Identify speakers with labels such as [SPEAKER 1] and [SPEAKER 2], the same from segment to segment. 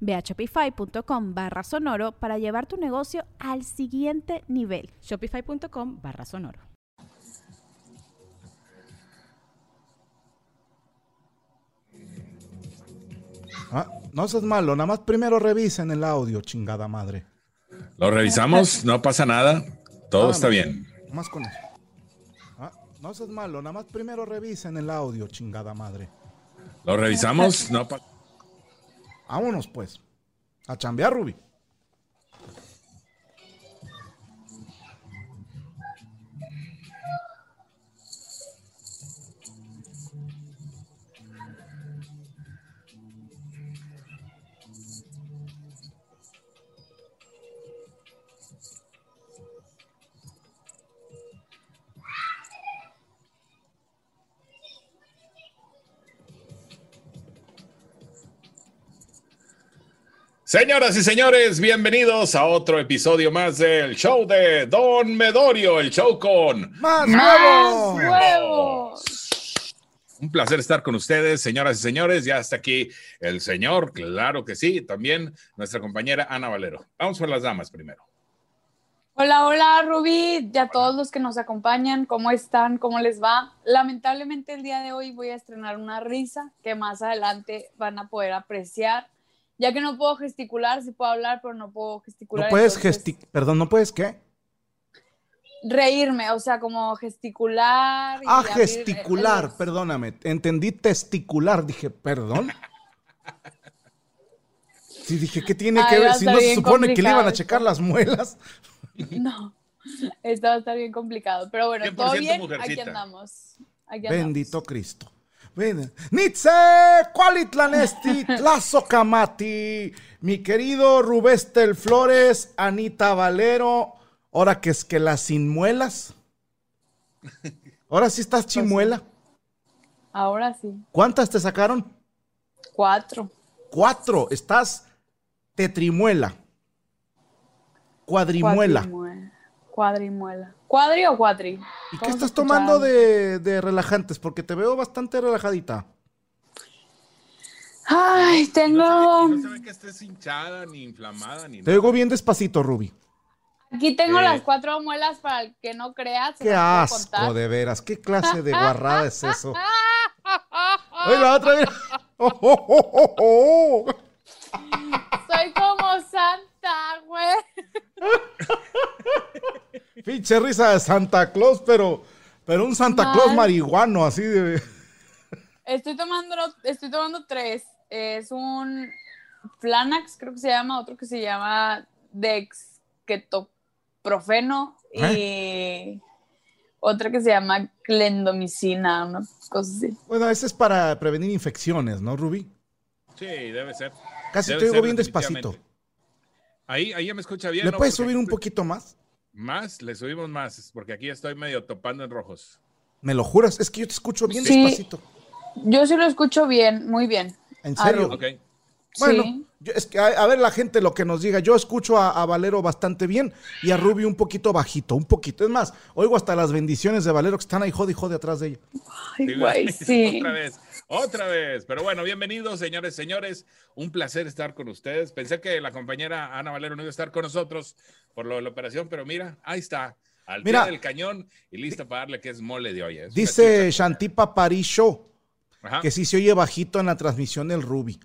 [SPEAKER 1] Ve a shopify.com barra sonoro para llevar tu negocio al siguiente nivel.
[SPEAKER 2] Shopify.com barra sonoro.
[SPEAKER 3] Ah, no seas malo, nada más primero revisen el audio, chingada madre.
[SPEAKER 4] Lo revisamos, no pasa nada, todo
[SPEAKER 3] Nada
[SPEAKER 4] está
[SPEAKER 3] más,
[SPEAKER 4] bien.
[SPEAKER 3] Más con eso. Ah, no seas malo, nada más primero revisen el audio, chingada madre.
[SPEAKER 4] Lo revisamos, no pasa
[SPEAKER 3] Vámonos pues. A chambear, Ruby.
[SPEAKER 4] Señoras y señores, bienvenidos a otro episodio más del show de Don Medorio, el show con...
[SPEAKER 3] ¡Más, huevo!
[SPEAKER 4] Un placer estar con ustedes, señoras y señores. Ya está aquí el señor, claro que sí. También nuestra compañera Ana Valero. Vamos por las damas primero.
[SPEAKER 5] Hola, hola Rubí, y a todos los que nos acompañan, ¿cómo están? ¿Cómo les va? Lamentablemente el día de hoy voy a estrenar una risa que más adelante van a poder apreciar, ya que no puedo gesticular, sí puedo hablar, pero no puedo
[SPEAKER 3] No
[SPEAKER 5] gesticular.
[SPEAKER 3] puedes
[SPEAKER 5] entonces,
[SPEAKER 3] gestic... Perdón, ¿no puedes qué?
[SPEAKER 5] Reírme, o sea, como gesticular. y
[SPEAKER 3] Ah,
[SPEAKER 5] abrir, eh,
[SPEAKER 3] gesticular,
[SPEAKER 5] los-
[SPEAKER 3] perdóname. Entendí testicular, dije, perdón. Sí, dije, ¿qué tiene
[SPEAKER 5] Ay,
[SPEAKER 3] que
[SPEAKER 5] va
[SPEAKER 3] ver?
[SPEAKER 5] a
[SPEAKER 3] Si
[SPEAKER 5] estar
[SPEAKER 3] no se
[SPEAKER 5] Ah, bien
[SPEAKER 3] supone que le iban a
[SPEAKER 5] complicado
[SPEAKER 3] checar las muelas.
[SPEAKER 5] No, esto va a estar bien complicado, pero bueno,
[SPEAKER 4] 100%
[SPEAKER 5] todo bien, aquí
[SPEAKER 4] mujercita.
[SPEAKER 5] andamos. Aquí andamos.
[SPEAKER 3] Bendito Cristo. Ven- Nitze, Cualitlanesti, Tlazocamati, mi querido Rubestel Flores, Anita Valero, ahora que es que las sin muelas. Ahora sí estás chimuela.
[SPEAKER 5] Ahora sí,
[SPEAKER 3] ¿Cuántas te sacaron?
[SPEAKER 5] cuatro.
[SPEAKER 3] Cuatro. Estás tetrimuela. Cuadrimuela.
[SPEAKER 5] Cuadrimuela. Cuadrimuela. ¿Cuadri o cuadri?
[SPEAKER 3] ¿Y qué
[SPEAKER 5] ¿Cómo se
[SPEAKER 3] estás tomando
[SPEAKER 5] escuchaba?
[SPEAKER 3] de, de relajantes? Porque te veo bastante relajadita.
[SPEAKER 5] Ay, tengo.
[SPEAKER 4] No se ve que estés hinchada, ni inflamada, ni
[SPEAKER 3] Te
[SPEAKER 4] nada.
[SPEAKER 3] oigo bien despacito, Ruby.
[SPEAKER 5] Aquí tengo
[SPEAKER 4] Eh.
[SPEAKER 5] las cuatro muelas para el que no creas. se
[SPEAKER 3] Qué
[SPEAKER 5] las puedo
[SPEAKER 3] asco,
[SPEAKER 5] contar.
[SPEAKER 3] de veras. ¿Qué clase de guarrada es eso? Oye, la otra mira. Oh, oh, oh, oh, oh.
[SPEAKER 5] Soy como santa, güey.
[SPEAKER 3] Pinche risa de Santa Claus, pero, pero un Santa Claus
[SPEAKER 5] Mal.
[SPEAKER 3] marihuano, así de.
[SPEAKER 5] Estoy tomando, estoy tomando tres. Es un Flanax, creo que se llama, otro que se llama Dex, y
[SPEAKER 3] ¿Eh?
[SPEAKER 5] otra que se llama Clendomicina, una cosa así.
[SPEAKER 3] Bueno, ese es para prevenir infecciones, ¿no, Ruby?
[SPEAKER 4] Sí, debe ser.
[SPEAKER 3] Casi
[SPEAKER 4] Debe
[SPEAKER 3] te oigo
[SPEAKER 4] ser,
[SPEAKER 3] bien despacito.
[SPEAKER 4] definitivamente. Ahí, ahí ya me escucha bien.
[SPEAKER 3] ¿Le
[SPEAKER 4] ¿no?
[SPEAKER 3] puedes
[SPEAKER 4] Porque pues
[SPEAKER 3] subir un
[SPEAKER 4] estoy-
[SPEAKER 3] poquito más?
[SPEAKER 4] Más, le subimos más, porque aquí estoy medio topando en rojos.
[SPEAKER 3] ¿Me lo juras? Es que yo te escucho bien
[SPEAKER 5] Sí.
[SPEAKER 3] despacito.
[SPEAKER 5] Yo sí lo escucho bien, muy bien.
[SPEAKER 3] ¿En
[SPEAKER 5] Ah,
[SPEAKER 3] serio?
[SPEAKER 4] Ok.
[SPEAKER 3] Bueno,
[SPEAKER 5] Sí.
[SPEAKER 3] yo- es que a, a ver la gente lo que nos diga. Yo escucho a, a Valero bastante bien y a Ruby un poquito bajito, un poquito. Es más, oigo hasta las bendiciones de Valero que están ahí jode y jode atrás de ella.
[SPEAKER 5] Ay, güey, sí.
[SPEAKER 4] Otra vez, otra vez. Pero bueno, bienvenidos, señores, señores. Un placer estar con ustedes. Pensé que la compañera Ana Valero no iba a estar con nosotros por lo de la operación, pero mira, ahí está, al
[SPEAKER 3] Mira.
[SPEAKER 4] pie del cañón y lista para darle que es mole de hoy. ¿eh? Es una
[SPEAKER 3] Dice
[SPEAKER 4] chica.
[SPEAKER 3] Shantipa Parisho
[SPEAKER 4] Ajá.
[SPEAKER 3] que sí se oye bajito en la transmisión del Ruby.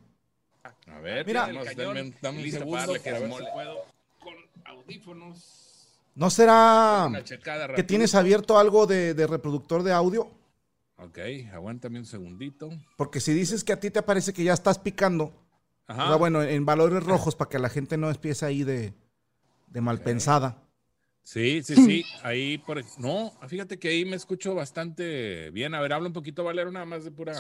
[SPEAKER 4] A ver,
[SPEAKER 3] Mira.
[SPEAKER 4] mira, dame, un- dame un segundo para darle que es mole. puedo con audífonos.
[SPEAKER 3] ¿No será
[SPEAKER 4] Una checada
[SPEAKER 3] que
[SPEAKER 4] rápido.
[SPEAKER 3] tienes abierto algo de, de reproductor de audio?
[SPEAKER 4] Ok, aguántame un segundito.
[SPEAKER 3] Porque si dices que a ti te parece que ya estás picando,
[SPEAKER 4] Ajá.
[SPEAKER 3] o sea, bueno, en valores rojos para que la gente no empiece ahí de, de malpensada.
[SPEAKER 4] Sí, sí, sí. Ahí, por ej- No, fíjate que ahí me escucho bastante bien. A ver, habla un poquito, Valero, nada más de pura.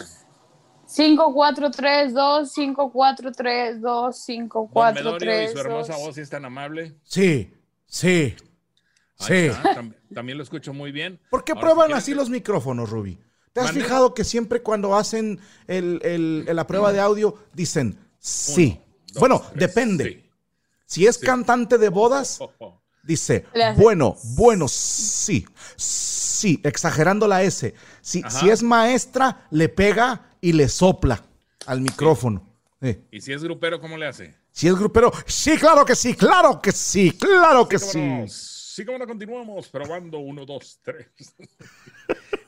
[SPEAKER 5] 5, 4, 3, 2, 5, 4, 3, 2, 5,
[SPEAKER 4] Don
[SPEAKER 5] 4,
[SPEAKER 4] Medorio y
[SPEAKER 5] 3,
[SPEAKER 4] su hermosa
[SPEAKER 5] 2.
[SPEAKER 4] voz, si es tan amable.
[SPEAKER 3] Sí, sí,
[SPEAKER 4] Ahí
[SPEAKER 3] sí.
[SPEAKER 4] está, tam- también lo escucho muy bien.
[SPEAKER 3] ¿Por qué
[SPEAKER 4] Ahora, si
[SPEAKER 3] prueban
[SPEAKER 4] quieres
[SPEAKER 3] así
[SPEAKER 4] que-
[SPEAKER 3] los micrófonos, Ruby? ¿Te has
[SPEAKER 4] ¿Mande?
[SPEAKER 3] fijado que siempre cuando hacen el- el- el- la prueba de audio dicen sí?
[SPEAKER 4] Uno, dos,
[SPEAKER 3] bueno,
[SPEAKER 4] tres,
[SPEAKER 3] depende.
[SPEAKER 4] sí.
[SPEAKER 3] Si es
[SPEAKER 4] Sí.
[SPEAKER 3] cantante de bodas,
[SPEAKER 4] Oh, oh.
[SPEAKER 3] dice,
[SPEAKER 5] Le hace-
[SPEAKER 3] bueno, bueno, sí, sí, exagerando la S. Si,
[SPEAKER 4] Ajá.
[SPEAKER 3] si es maestra, le pega y le sopla al micrófono. Eh,
[SPEAKER 4] ¿Y si es grupero, cómo le hace?
[SPEAKER 3] Si es grupero, sí, claro que sí, claro que sí, claro que
[SPEAKER 4] Sí, cómo
[SPEAKER 3] sí.
[SPEAKER 4] no. Sí, cómo no, continuamos probando. Uno, dos, tres.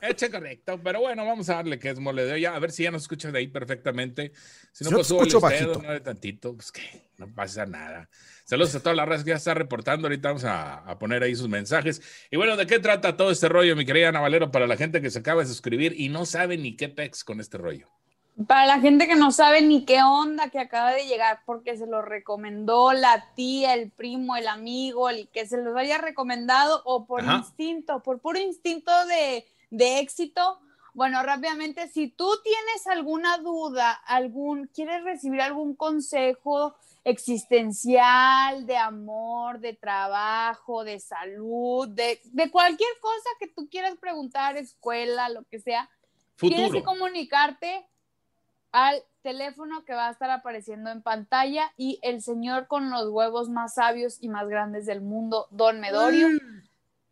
[SPEAKER 4] Eche correcto, pero bueno, vamos a darle que es mole de olla. A ver si ya nos escuchas de ahí perfectamente. Si no,
[SPEAKER 3] Yo te
[SPEAKER 4] pues súbale
[SPEAKER 3] escucho
[SPEAKER 4] usted,
[SPEAKER 3] bajito.
[SPEAKER 4] no de tantito, pues que no pasa nada. Saludos a toda la raza que ya está reportando. Ahorita vamos a, a poner ahí sus mensajes. Y bueno, ¿de qué trata todo este rollo, mi querida Ana Valero, para la gente que se acaba de suscribir y no sabe ni qué pex con este rollo?
[SPEAKER 5] Para la gente que no sabe ni qué onda que acaba de llegar porque se lo recomendó la tía, el primo, el amigo, el que se los haya recomendado o por
[SPEAKER 4] Ajá.
[SPEAKER 5] instinto, por puro instinto de, de éxito. Bueno, rápidamente, si tú tienes alguna duda, algún, quieres recibir algún consejo existencial, de amor, de trabajo, de salud, de, de cualquier cosa que tú quieras preguntar, escuela, lo que sea, Tienes
[SPEAKER 4] Futuro.
[SPEAKER 5] que comunicarte al teléfono que va a estar apareciendo en pantalla y el señor con los huevos más sabios y más grandes del mundo, Don Medorio,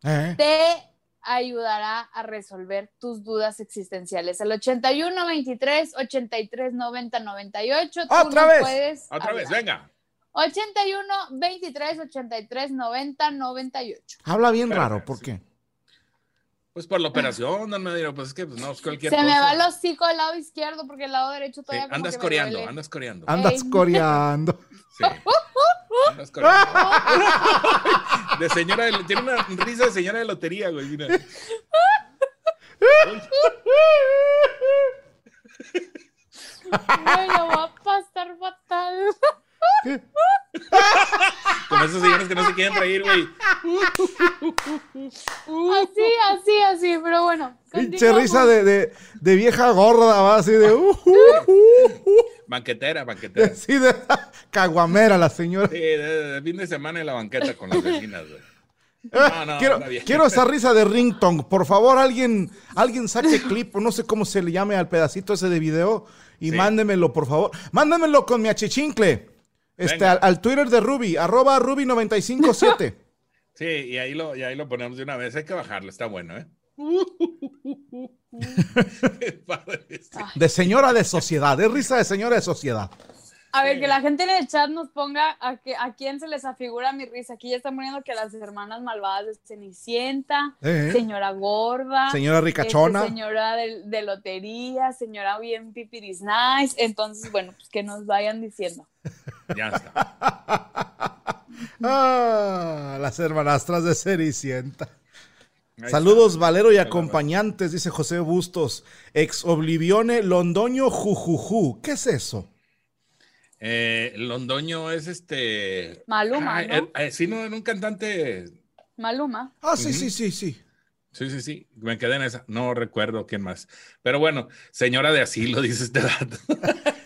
[SPEAKER 3] Mm. Eh,
[SPEAKER 5] te ayudará a resolver tus dudas existenciales. Al 81 23 83 90 98. tú
[SPEAKER 3] Otra
[SPEAKER 5] nos
[SPEAKER 3] vez,
[SPEAKER 5] puedes
[SPEAKER 4] Otra vez,
[SPEAKER 5] hablar.
[SPEAKER 4] venga.
[SPEAKER 5] 81 23 83 90 98.
[SPEAKER 3] Habla bien
[SPEAKER 4] Pero,
[SPEAKER 3] raro, ¿por
[SPEAKER 4] sí.
[SPEAKER 3] qué?
[SPEAKER 4] Pues por la operación, don Madero, pues es que pues, no es
[SPEAKER 5] Ah. Se
[SPEAKER 4] cualquier
[SPEAKER 5] me
[SPEAKER 4] cosa.
[SPEAKER 5] va el hocico al lado izquierdo porque el lado derecho
[SPEAKER 4] Sí,
[SPEAKER 5] todavía como
[SPEAKER 4] andas
[SPEAKER 5] que me duele.
[SPEAKER 4] coreando, andas coreando.
[SPEAKER 3] Andas
[SPEAKER 5] Ey.
[SPEAKER 3] coreando.
[SPEAKER 4] Sí. Andas coreando. De señora, de- tiene una risa de señora de lotería, güey. Mira.
[SPEAKER 5] Ay, la voy a pasar fatal.
[SPEAKER 4] Con esos señores que no se quieren reír, güey.
[SPEAKER 5] Así, así, así, pero bueno.
[SPEAKER 3] Uh. Pinche
[SPEAKER 5] continuamos.
[SPEAKER 3] risa de, de- de vieja gorda, va así de. uh, uh, uh, uh.
[SPEAKER 4] Banquetera, banquetera. Sí,
[SPEAKER 3] Así de caguamera la señora.
[SPEAKER 4] de, de fin de semana en la banqueta con las vecinas, güey.
[SPEAKER 3] Ah,
[SPEAKER 4] No, no,
[SPEAKER 3] quiero,
[SPEAKER 4] está bien.
[SPEAKER 3] quiero esa risa de ringtone. Por favor, alguien, alguien saque clip, o no sé cómo se le llame al pedacito ese de video, y
[SPEAKER 4] Sí.
[SPEAKER 3] mándemelo, por favor. Mándamelo con mi achichincle. Este,
[SPEAKER 4] Venga.
[SPEAKER 3] al, al Twitter de Ruby, arroba Ruby957.
[SPEAKER 4] Sí, y ahí, lo, y ahí lo ponemos de una vez. Hay que bajarlo, está bueno, ¿eh? Qué padre está.
[SPEAKER 3] De señora de sociedad, es risa de señora de sociedad.
[SPEAKER 5] A ver, que la gente en el chat nos ponga a, que, a quién se les afigura mi risa. Aquí ya están poniendo que las hermanas malvadas de Cenicienta,
[SPEAKER 3] Eh,
[SPEAKER 5] señora gorda,
[SPEAKER 3] Señora
[SPEAKER 5] este,
[SPEAKER 3] ricachona.
[SPEAKER 5] señora de, de lotería, señora bien pipiris nice. Entonces, bueno, pues que nos vayan diciendo.
[SPEAKER 4] Ya está.
[SPEAKER 3] Ah, las hermanastras de Cenicienta.
[SPEAKER 4] Ahí
[SPEAKER 3] Saludos, Valero y
[SPEAKER 4] Saludos.
[SPEAKER 3] acompañantes, dice José Bustos. Ex Oblivione Londoño Jujuju. ¿Qué es eso?
[SPEAKER 4] Eh, Londoño es este.
[SPEAKER 5] Maluma,
[SPEAKER 4] Ay,
[SPEAKER 5] ¿no?
[SPEAKER 4] eh, eh, sí, no, era un cantante.
[SPEAKER 5] Maluma.
[SPEAKER 3] Ah, sí,
[SPEAKER 4] Ujú.
[SPEAKER 3] sí, sí, sí.
[SPEAKER 4] Sí, sí, sí. Me quedé en esa. No recuerdo quién más. Pero bueno, señora de asilo, dice este dato.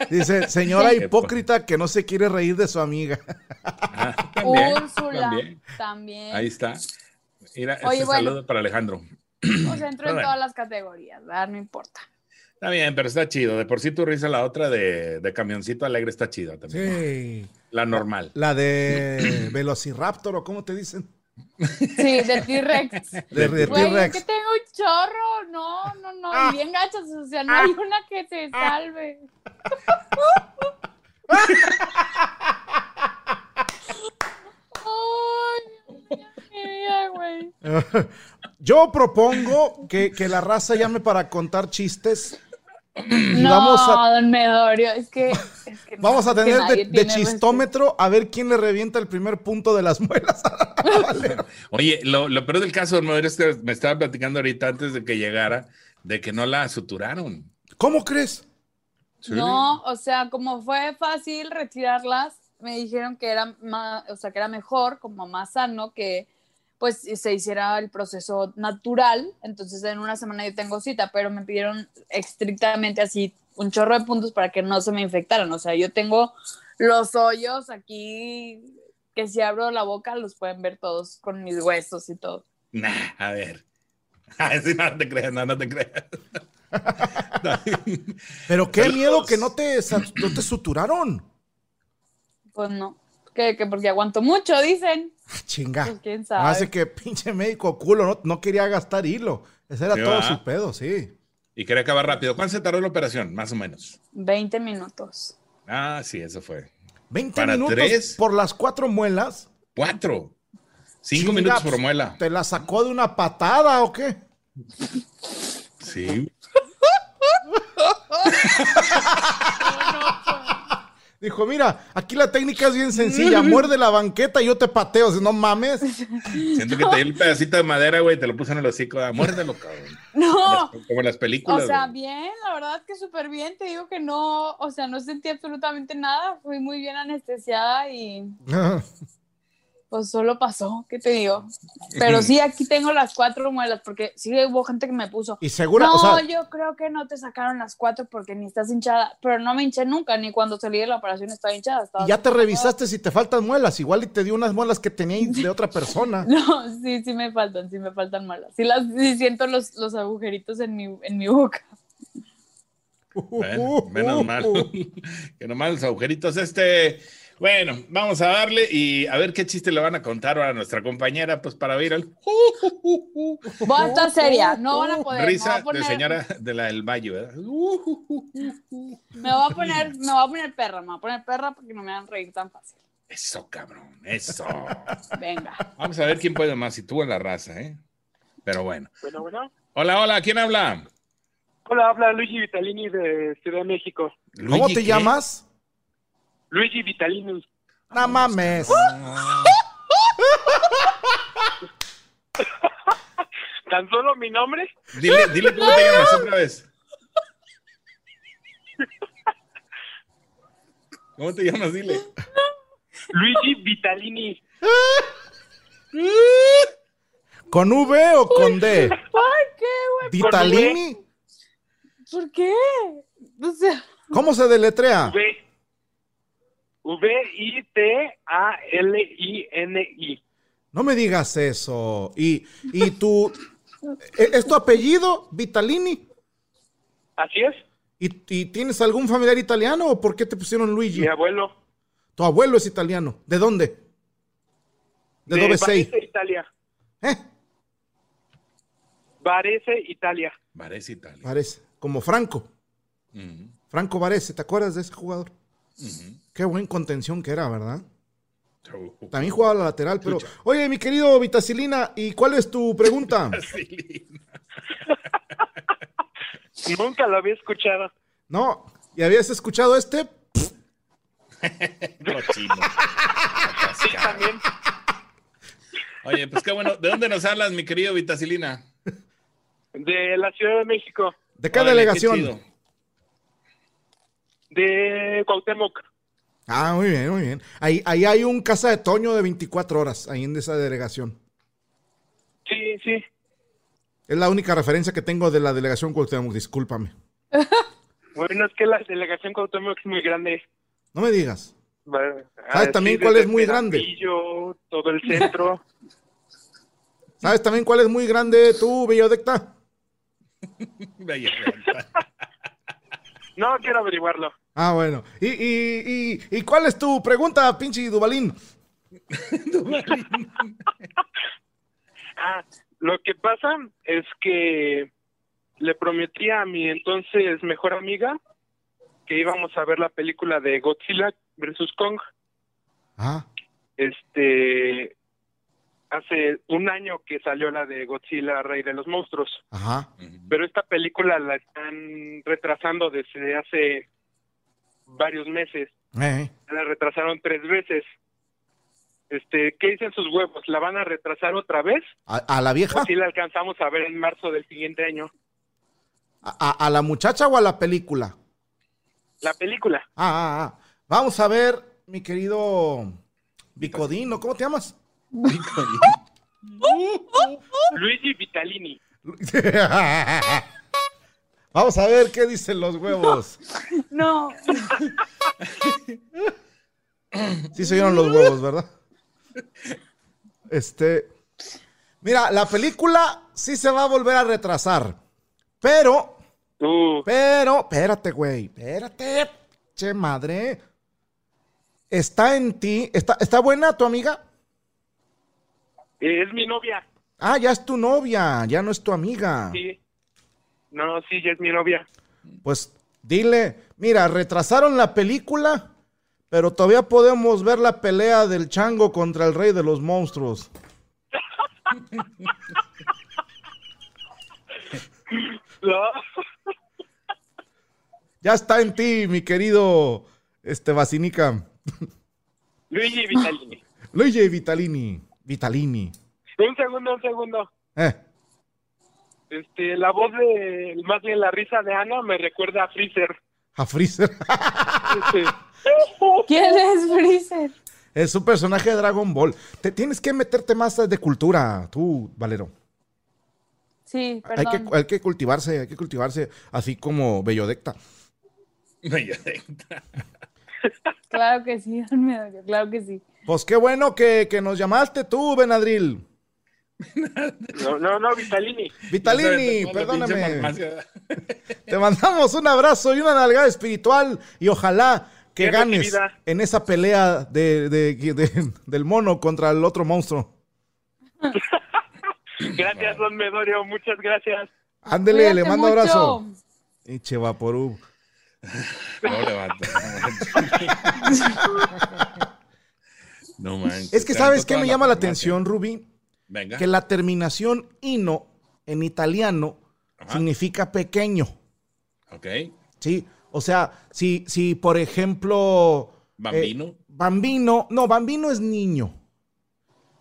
[SPEAKER 3] Dice, señora
[SPEAKER 4] Qué
[SPEAKER 3] hipócrita que no se quiere reír de su amiga.
[SPEAKER 4] Ah, también,
[SPEAKER 5] Úrsula,
[SPEAKER 4] también.
[SPEAKER 5] también.
[SPEAKER 4] Ahí está. Mira,
[SPEAKER 5] Oye,
[SPEAKER 4] este
[SPEAKER 5] bueno.
[SPEAKER 4] saludo para Alejandro.
[SPEAKER 5] O
[SPEAKER 4] Pero
[SPEAKER 5] sea, entró en
[SPEAKER 4] bueno.
[SPEAKER 5] todas las categorías, ¿verdad? No importa.
[SPEAKER 4] Está bien, pero está chido. De por sí tu risa, la otra de, de camioncito alegre está chida también.
[SPEAKER 3] Sí.
[SPEAKER 4] La normal.
[SPEAKER 3] La de Velociraptor o cómo te dicen.
[SPEAKER 5] Sí, de T-Rex.
[SPEAKER 3] De, de
[SPEAKER 5] Güey, es que
[SPEAKER 3] T-Rex. Ah.
[SPEAKER 5] tengo un chorro, no, no, no, y bien gachas, o sea, no hay una que se salve. Ay, mi vida, güey.
[SPEAKER 3] Yo propongo que, que la raza llame para contar chistes
[SPEAKER 5] No,
[SPEAKER 3] vamos a-
[SPEAKER 5] don Medorio, es que, es que no,
[SPEAKER 3] Vamos a
[SPEAKER 5] es que
[SPEAKER 3] tener
[SPEAKER 5] nadie
[SPEAKER 3] de, de
[SPEAKER 5] tiene
[SPEAKER 3] chistómetro a ver quién le revienta el primer punto de las muelas.
[SPEAKER 4] Oye, lo, lo peor del caso, don Madero, es que me estaba platicando ahorita antes de que llegara de que no la suturaron.
[SPEAKER 3] ¿Cómo crees?
[SPEAKER 5] respeto. No, o sea, como fue fácil retirarlas, me dijeron que era más, o sea, que era mejor, como más sano que pues se hiciera el proceso natural, entonces en una semana yo tengo cita, pero me pidieron estrictamente así un chorro de puntos para que no se me infectaran, o sea, yo tengo los hoyos aquí que si abro la boca los pueden ver todos con mis huesos y todo.
[SPEAKER 4] Nah, a ver. Sí, no te creas, no, no te creas.
[SPEAKER 3] Pero qué
[SPEAKER 4] Saludos.
[SPEAKER 3] miedo que no te, sa- no te suturaron.
[SPEAKER 5] Pues no, que, que porque aguanto mucho, dicen.
[SPEAKER 3] Ah, Chinga.
[SPEAKER 5] Pues quién sabe.
[SPEAKER 3] Hace Ah, que pinche médico culo, no, no quería gastar hilo. Ese era
[SPEAKER 4] Sí,
[SPEAKER 3] todo
[SPEAKER 4] ¿verdad?
[SPEAKER 3] su pedo, sí.
[SPEAKER 4] Y quería acabar rápido. ¿Cuánto se tardó la operación? Más o menos.
[SPEAKER 5] 20 minutos.
[SPEAKER 4] Ah, sí, eso fue.
[SPEAKER 3] 20
[SPEAKER 4] Para
[SPEAKER 3] minutos
[SPEAKER 4] tres.
[SPEAKER 3] por las cuatro muelas.
[SPEAKER 4] Cuatro. Cinco
[SPEAKER 3] Chinga,
[SPEAKER 4] minutos
[SPEAKER 3] pues,
[SPEAKER 4] por muela.
[SPEAKER 3] ¿Te la sacó de una patada o qué?
[SPEAKER 4] Sí.
[SPEAKER 3] Dijo, mira, aquí la técnica es bien sencilla. Muerde la banqueta y yo te pateo. Si no mames.
[SPEAKER 4] Siento que te di el pedacito de madera, güey, te lo puse en el hocico. Ah, muérdelo, cabrón.
[SPEAKER 5] No,
[SPEAKER 4] Como en las películas.
[SPEAKER 5] o sea,
[SPEAKER 4] güey.
[SPEAKER 5] bien, la verdad que súper bien. Te digo que no, o sea, no sentí absolutamente nada. Fui muy bien anestesiada y pues solo pasó, ¿qué te digo? Pero sí, aquí tengo las cuatro muelas porque sí hubo gente que me puso.
[SPEAKER 3] y segura,
[SPEAKER 5] no,
[SPEAKER 3] o sea,
[SPEAKER 5] yo creo que no te sacaron las cuatro porque ni estás hinchada. Pero no me hinché nunca, ni cuando salí de la operación estaba hinchada. estaba
[SPEAKER 3] y ya te
[SPEAKER 5] súper hinchada.
[SPEAKER 3] revisaste si te faltan muelas. Igual y te dio unas muelas que tenía ahí de otra persona.
[SPEAKER 5] No, sí, sí me faltan, sí me faltan muelas. Sí, las, sí siento los, los agujeritos en mi, en mi boca.
[SPEAKER 3] Uh,
[SPEAKER 4] Bueno, menos mal. que nomás los agujeritos. Este. Bueno, vamos a darle y a ver qué chiste le van a contar ahora a nuestra compañera, pues para ir al
[SPEAKER 5] Voy a estar seria, no van a poder. me voy
[SPEAKER 4] risa
[SPEAKER 5] a poner-
[SPEAKER 4] de señora de la del Valle, ¿verdad?
[SPEAKER 5] Me voy a poner, me voy a poner perra, me voy a poner perra porque no me van a reír tan fácil.
[SPEAKER 4] Eso, cabrón, eso.
[SPEAKER 5] Venga.
[SPEAKER 4] Vamos a ver quién puede más, si tú o la raza, ¿eh? Pero bueno.
[SPEAKER 6] Bueno, bueno.
[SPEAKER 4] Hola, hola, ¿quién habla?
[SPEAKER 6] Hola, habla Luigi Vitalini de Ciudad de México.
[SPEAKER 3] ¿Cómo
[SPEAKER 4] Luigi,
[SPEAKER 3] te
[SPEAKER 4] ¿qué?
[SPEAKER 3] llamas?
[SPEAKER 6] Luigi Vitalini.
[SPEAKER 3] No mames.
[SPEAKER 6] ¿Tan solo mi nombre?
[SPEAKER 4] Dile, dile cómo te llamas otra vez. ¿Cómo te llamas? Dile.
[SPEAKER 6] Luigi Vitalini.
[SPEAKER 3] ¿Con V o con D?
[SPEAKER 5] Ay, qué
[SPEAKER 3] ¿Vitalini?
[SPEAKER 5] güey. ¿Por qué? O sea,
[SPEAKER 3] ¿Cómo se deletrea?
[SPEAKER 6] V. V-I-T-A-L-I-N-I.
[SPEAKER 3] No me digas eso. ¿Y, y tu... ¿e- ¿Es tu apellido, Vitalini?
[SPEAKER 6] Así es,
[SPEAKER 3] ¿Y, y tienes algún familiar italiano o por qué te pusieron Luigi?
[SPEAKER 6] mi abuelo.
[SPEAKER 3] Tu abuelo es italiano. ¿De dónde? De dove sei.
[SPEAKER 6] Varese, Italia.
[SPEAKER 3] ¿Eh?
[SPEAKER 6] Varese, Italia.
[SPEAKER 4] Parece Mm, Italia.
[SPEAKER 3] Parece. Como Franco.
[SPEAKER 4] Ujú.
[SPEAKER 3] Franco Varese. ¿Te acuerdas de ese jugador?
[SPEAKER 4] mm.
[SPEAKER 3] Qué buen contención que era, ¿verdad?
[SPEAKER 4] Ujú.
[SPEAKER 3] También jugaba la lateral, pero... Oye, mi querido Vitacilina, ¿y cuál es tu pregunta?
[SPEAKER 6] Nunca lo había escuchado.
[SPEAKER 3] No, ¿y habías escuchado este?
[SPEAKER 4] Cochino.
[SPEAKER 6] Sí, también.
[SPEAKER 4] Oye, pues qué bueno. ¿De dónde nos hablas, mi querido Vitacilina?
[SPEAKER 6] De la Ciudad de México.
[SPEAKER 3] ¿De qué
[SPEAKER 4] Órale,
[SPEAKER 3] delegación?
[SPEAKER 4] chido.
[SPEAKER 6] De Cuauhtémoc.
[SPEAKER 3] Ah, muy bien, muy bien. Ahí, ahí hay un casa de Toño de 24 horas, ahí en esa delegación.
[SPEAKER 6] Sí, sí.
[SPEAKER 3] Es la única referencia que tengo de la delegación Cuauhtémoc, discúlpame.
[SPEAKER 6] Bueno, es que la delegación Cuauhtémoc es muy grande.
[SPEAKER 3] No me digas.
[SPEAKER 6] Bueno,
[SPEAKER 3] ¿Sabes
[SPEAKER 6] así
[SPEAKER 3] Ah, también cuál
[SPEAKER 6] desde
[SPEAKER 3] es muy grande?
[SPEAKER 6] Tepillo, Todo el centro.
[SPEAKER 3] ¿Sabes también cuál es muy grande tú, Bellodecta?
[SPEAKER 4] Bella, bella.
[SPEAKER 6] No quiero averiguarlo.
[SPEAKER 3] Ah, bueno. ¿Y, y, y, y cuál es tu pregunta, pinche Dubalín?
[SPEAKER 6] Ah, lo que pasa es que le prometí a mi entonces mejor amiga que íbamos a ver la película de Godzilla versus Kong.
[SPEAKER 3] Ah,
[SPEAKER 6] Este hace un año que salió la de Godzilla Rey de los Monstruos,
[SPEAKER 3] ajá.
[SPEAKER 6] pero
[SPEAKER 7] esta película la están retrasando desde hace varios meses.
[SPEAKER 3] Eh,
[SPEAKER 7] La retrasaron tres veces. Este, ¿Qué dicen sus huevos? ¿La van a retrasar otra vez?
[SPEAKER 3] a, a la vieja?
[SPEAKER 6] Pues
[SPEAKER 7] ¿O si la alcanzamos a ver en marzo del siguiente año?
[SPEAKER 3] A, a- a la muchacha o a la película?
[SPEAKER 7] La película.
[SPEAKER 3] Ah, ah, ah. Vamos a ver, mi querido Bicodino, ¿cómo te llamas?
[SPEAKER 7] Luigi Vitalini.
[SPEAKER 3] Vamos a ver qué dicen los huevos.
[SPEAKER 5] No,
[SPEAKER 3] Sí se oyeron los huevos, ¿verdad? Este. Mira, la película sí se va a volver a retrasar. Pero,
[SPEAKER 7] Uh,
[SPEAKER 3] pero, espérate, güey. Espérate. Che madre. Está en ti. ¿Está, está buena tu amiga?
[SPEAKER 7] eh, es mi novia.
[SPEAKER 3] Ah, ya es tu novia. Ya no es tu amiga.
[SPEAKER 7] Sí. No, sí, ya es mi novia.
[SPEAKER 3] Pues dile, mira, retrasaron la película, pero todavía podemos ver la pelea del chango contra el rey de los monstruos.
[SPEAKER 7] No.
[SPEAKER 3] Ya está en ti, mi querido este Basinica.
[SPEAKER 7] Luigi Vitalini.
[SPEAKER 3] Luigi Vitalini. Vitalini.
[SPEAKER 7] Un segundo, un segundo.
[SPEAKER 3] Eh,
[SPEAKER 7] Este, la voz de, más bien la risa de Ana me recuerda a Freezer.
[SPEAKER 3] a Freezer.
[SPEAKER 7] Este,
[SPEAKER 5] ¿quién es Freezer?
[SPEAKER 3] es un personaje de Dragon Ball. Te tienes que meterte más de cultura, tú, Valero.
[SPEAKER 5] Sí,
[SPEAKER 3] Hay que,
[SPEAKER 5] perdón.
[SPEAKER 3] hay que cultivarse, hay que cultivarse así como Bellodecta.
[SPEAKER 5] Claro que sí, don Medorio, claro que sí.
[SPEAKER 3] Pues qué bueno que, que nos llamaste tú, Benadryl.
[SPEAKER 7] no, no, no, Vitalini.
[SPEAKER 3] Vitalini, perdóname. Te mandamos un abrazo y una nalgada espiritual y ojalá que
[SPEAKER 7] Bien
[SPEAKER 3] ganes
[SPEAKER 7] recibida.
[SPEAKER 3] en esa pelea de, de- de- del mono contra el otro monstruo.
[SPEAKER 7] Gracias, don Medorio. Muchas gracias.
[SPEAKER 3] Ándele, le
[SPEAKER 5] Cuídate
[SPEAKER 3] mando
[SPEAKER 5] mucho.
[SPEAKER 3] abrazo. Y Vaporú.
[SPEAKER 4] No manches.
[SPEAKER 3] Es que
[SPEAKER 4] Traen
[SPEAKER 3] sabes
[SPEAKER 4] toda
[SPEAKER 3] qué me
[SPEAKER 4] la
[SPEAKER 3] llama la
[SPEAKER 4] farmacia.
[SPEAKER 3] atención, Rubí,
[SPEAKER 4] Venga.
[SPEAKER 3] que la terminación ino en italiano
[SPEAKER 4] Ajá.
[SPEAKER 3] significa pequeño.
[SPEAKER 4] Ok.
[SPEAKER 3] Eh, Sí, o sea, si, si por ejemplo.
[SPEAKER 4] Bambino.
[SPEAKER 3] eh, bambino. No, bambino es niño.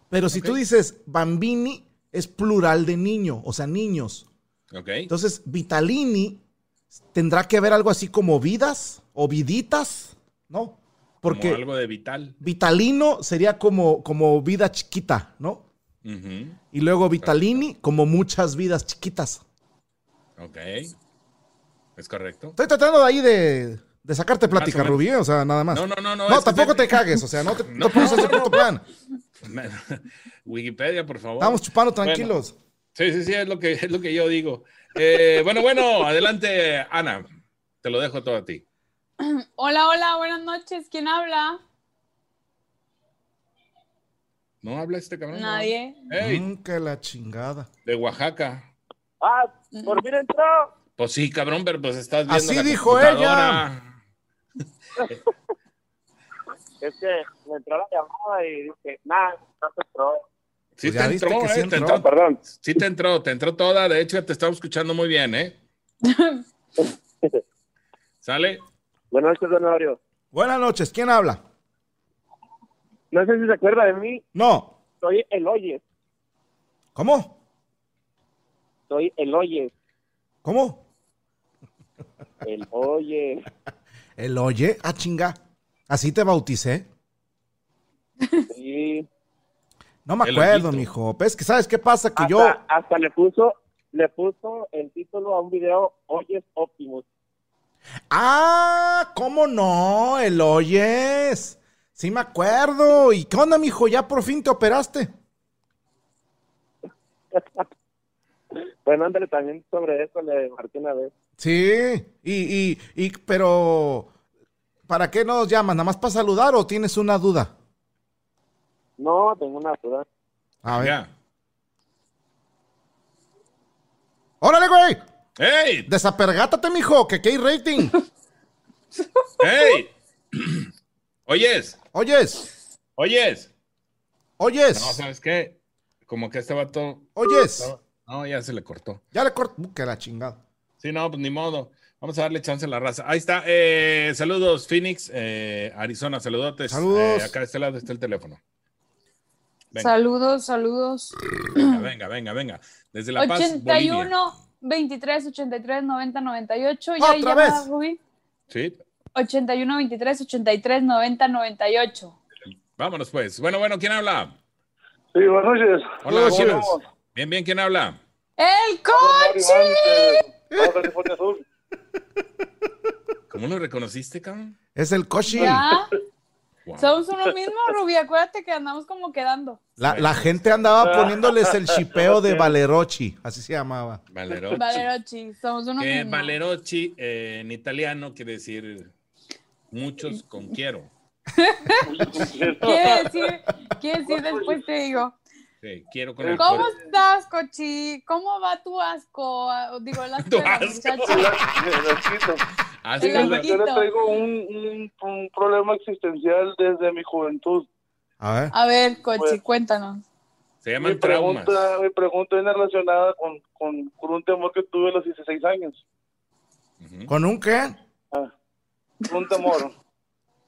[SPEAKER 3] Pero si tú
[SPEAKER 4] Ok.
[SPEAKER 3] dices bambini, es plural de niño, o sea, niños.
[SPEAKER 4] ok.
[SPEAKER 3] Entonces, Vitalini tendrá que haber algo así como vidas o viditas, ¿no? Porque
[SPEAKER 4] Como algo de vital.
[SPEAKER 3] Vitalino sería como, como vida chiquita, ¿no?
[SPEAKER 4] Ujú,
[SPEAKER 3] Y luego Vitalini como muchas vidas chiquitas.
[SPEAKER 4] Ok. Es correcto.
[SPEAKER 3] Estoy tratando de ahí de, de sacarte plática,
[SPEAKER 4] Más o menos.
[SPEAKER 3] Rubí, o sea, nada más.
[SPEAKER 4] No, no, no, no,
[SPEAKER 3] No,
[SPEAKER 4] es que
[SPEAKER 3] tampoco
[SPEAKER 4] estoy-
[SPEAKER 3] te cagues, o sea, no te
[SPEAKER 4] No,
[SPEAKER 3] no pongas
[SPEAKER 4] no,
[SPEAKER 3] ese
[SPEAKER 4] no.
[SPEAKER 3] puto plan.
[SPEAKER 4] Wikipedia, por favor.
[SPEAKER 3] Estamos chupando
[SPEAKER 4] Bueno.
[SPEAKER 3] tranquilos.
[SPEAKER 4] Sí, sí, sí, es lo que, es lo que yo digo. Eh, bueno, bueno, adelante, Ana. Te lo dejo todo a ti.
[SPEAKER 5] Hola, hola, buenas noches. ¿Quién habla?
[SPEAKER 4] ¿No habla este cabrón?
[SPEAKER 5] Nadie.
[SPEAKER 4] Ey,
[SPEAKER 3] Mm, que la chingada.
[SPEAKER 4] de Oaxaca.
[SPEAKER 7] Ah, por fin entró.
[SPEAKER 4] Pues sí, cabrón, pero pues estás viendo
[SPEAKER 3] Así
[SPEAKER 4] la
[SPEAKER 3] dijo
[SPEAKER 4] computadora.
[SPEAKER 7] Es que me entró la llamada y dije, nada, no se entró.
[SPEAKER 4] Sí
[SPEAKER 3] Pues ya
[SPEAKER 4] te
[SPEAKER 3] viste
[SPEAKER 4] entró,
[SPEAKER 3] que
[SPEAKER 4] eh,
[SPEAKER 3] sí
[SPEAKER 4] te
[SPEAKER 3] entró.
[SPEAKER 4] entró.
[SPEAKER 7] Perdón.
[SPEAKER 4] Sí te entró, te entró toda. De hecho, te estaba escuchando muy bien, ¿eh? ¿Sale?
[SPEAKER 7] Buenas noches, don Mario.
[SPEAKER 3] Buenas noches, ¿quién habla?
[SPEAKER 7] No sé si se acuerda de mí.
[SPEAKER 3] No.
[SPEAKER 7] Soy el Oyes.
[SPEAKER 3] ¿Cómo?
[SPEAKER 7] Soy el Oyes.
[SPEAKER 3] ¿Cómo?
[SPEAKER 7] El Oyes.
[SPEAKER 3] El oye, ah, chinga. Así te bauticé.
[SPEAKER 7] Sí.
[SPEAKER 3] No me
[SPEAKER 4] El Ah,
[SPEAKER 3] acuerdo,
[SPEAKER 4] ojito.
[SPEAKER 3] mijo. Pues que sabes qué pasa que
[SPEAKER 7] hasta,
[SPEAKER 3] yo.
[SPEAKER 7] hasta le puso le puso el título a un video Oyes Optimus.
[SPEAKER 3] Ah, ¿cómo no? El oyes. Sí me acuerdo. ¿Y qué onda, mijo? Ya por fin te operaste.
[SPEAKER 7] Bueno, ándale, también sobre eso le marqué una vez.
[SPEAKER 3] Sí. Y, y, y, pero. ¿Para qué nos llamas? ¿Nada más para saludar o tienes una duda?
[SPEAKER 7] No, tengo una duda.
[SPEAKER 3] A ver.
[SPEAKER 4] Ya.
[SPEAKER 3] ¡Órale, güey!
[SPEAKER 4] ¡Ey!
[SPEAKER 3] Desapergátate, mijo, que qué hay rating.
[SPEAKER 4] ¡Ey! Oyes,
[SPEAKER 3] Oyes,
[SPEAKER 4] oyes. No,
[SPEAKER 3] oyes,
[SPEAKER 4] ¿sabes qué? Como que este vato
[SPEAKER 3] oyes.
[SPEAKER 4] estaba, No, ya se le cortó.
[SPEAKER 3] Ya le corto. Uh, que la chingada.
[SPEAKER 4] Sí, no, pues ni modo. Vamos a darle chance a la raza. Ahí está. eh, saludos, Phoenix, eh, Arizona, saludotes.
[SPEAKER 3] Saludos.
[SPEAKER 4] Eh, acá de este lado está el teléfono. Venga,
[SPEAKER 5] Saludos, saludos.
[SPEAKER 4] venga, venga, venga, venga. Desde La Paz, Bolivia.
[SPEAKER 5] 81 23 83 90 98. ¿Ya
[SPEAKER 3] Otra
[SPEAKER 5] ahí llama,
[SPEAKER 3] vez.
[SPEAKER 5] Rubí?
[SPEAKER 4] Sí,
[SPEAKER 5] 81 23 83 90 98.
[SPEAKER 4] vámonos pues. Bueno, bueno, ¿quién habla?
[SPEAKER 7] Sí, buenas noches.
[SPEAKER 4] Hola,
[SPEAKER 3] Buenas
[SPEAKER 4] ¿quién-
[SPEAKER 3] noches.
[SPEAKER 4] Bien, bien, ¿quién habla?
[SPEAKER 5] ¡El
[SPEAKER 7] Mario
[SPEAKER 5] coche!
[SPEAKER 7] Iván, eh, de Baja California Sur.
[SPEAKER 4] ¿Cómo lo reconociste, cabrón?
[SPEAKER 3] Es el Koshi.
[SPEAKER 5] ¿Ya?
[SPEAKER 4] Wow.
[SPEAKER 5] Somos uno mismo, Rubí. Acuérdate que andamos como quedando.
[SPEAKER 3] La, la gente andaba poniéndoles el chipeo de Valerochi. Así se llamaba.
[SPEAKER 4] Valerochi.
[SPEAKER 5] Valerochi, somos uno
[SPEAKER 4] Que
[SPEAKER 5] mismo.
[SPEAKER 4] Valerochi eh, en italiano quiere decir muchos con quiero.
[SPEAKER 5] Quiere decir, quiere decir después te digo.
[SPEAKER 4] Sí, quiero con el
[SPEAKER 5] ¿Cómo
[SPEAKER 4] cuerpo.
[SPEAKER 5] estás, Cochi? ¿cómo va tu asco? Ah, Digo, el asco
[SPEAKER 4] Tu
[SPEAKER 5] de la
[SPEAKER 4] asco.
[SPEAKER 5] muchacha.
[SPEAKER 4] Así
[SPEAKER 5] El
[SPEAKER 4] es la-
[SPEAKER 5] asquito.
[SPEAKER 7] Yo le traigo un, un, un problema existencial desde mi juventud.
[SPEAKER 3] A ver.
[SPEAKER 5] A ver, Cochi,
[SPEAKER 7] Bueno.
[SPEAKER 5] cuéntanos.
[SPEAKER 4] se
[SPEAKER 7] Mi
[SPEAKER 4] llaman traumas.
[SPEAKER 7] pregunta, Ah, mi pregunta viene relacionada con, con, con un temor que tuve a los 16 años.
[SPEAKER 4] Ujú.
[SPEAKER 3] ¿Con un qué?
[SPEAKER 7] Un temor.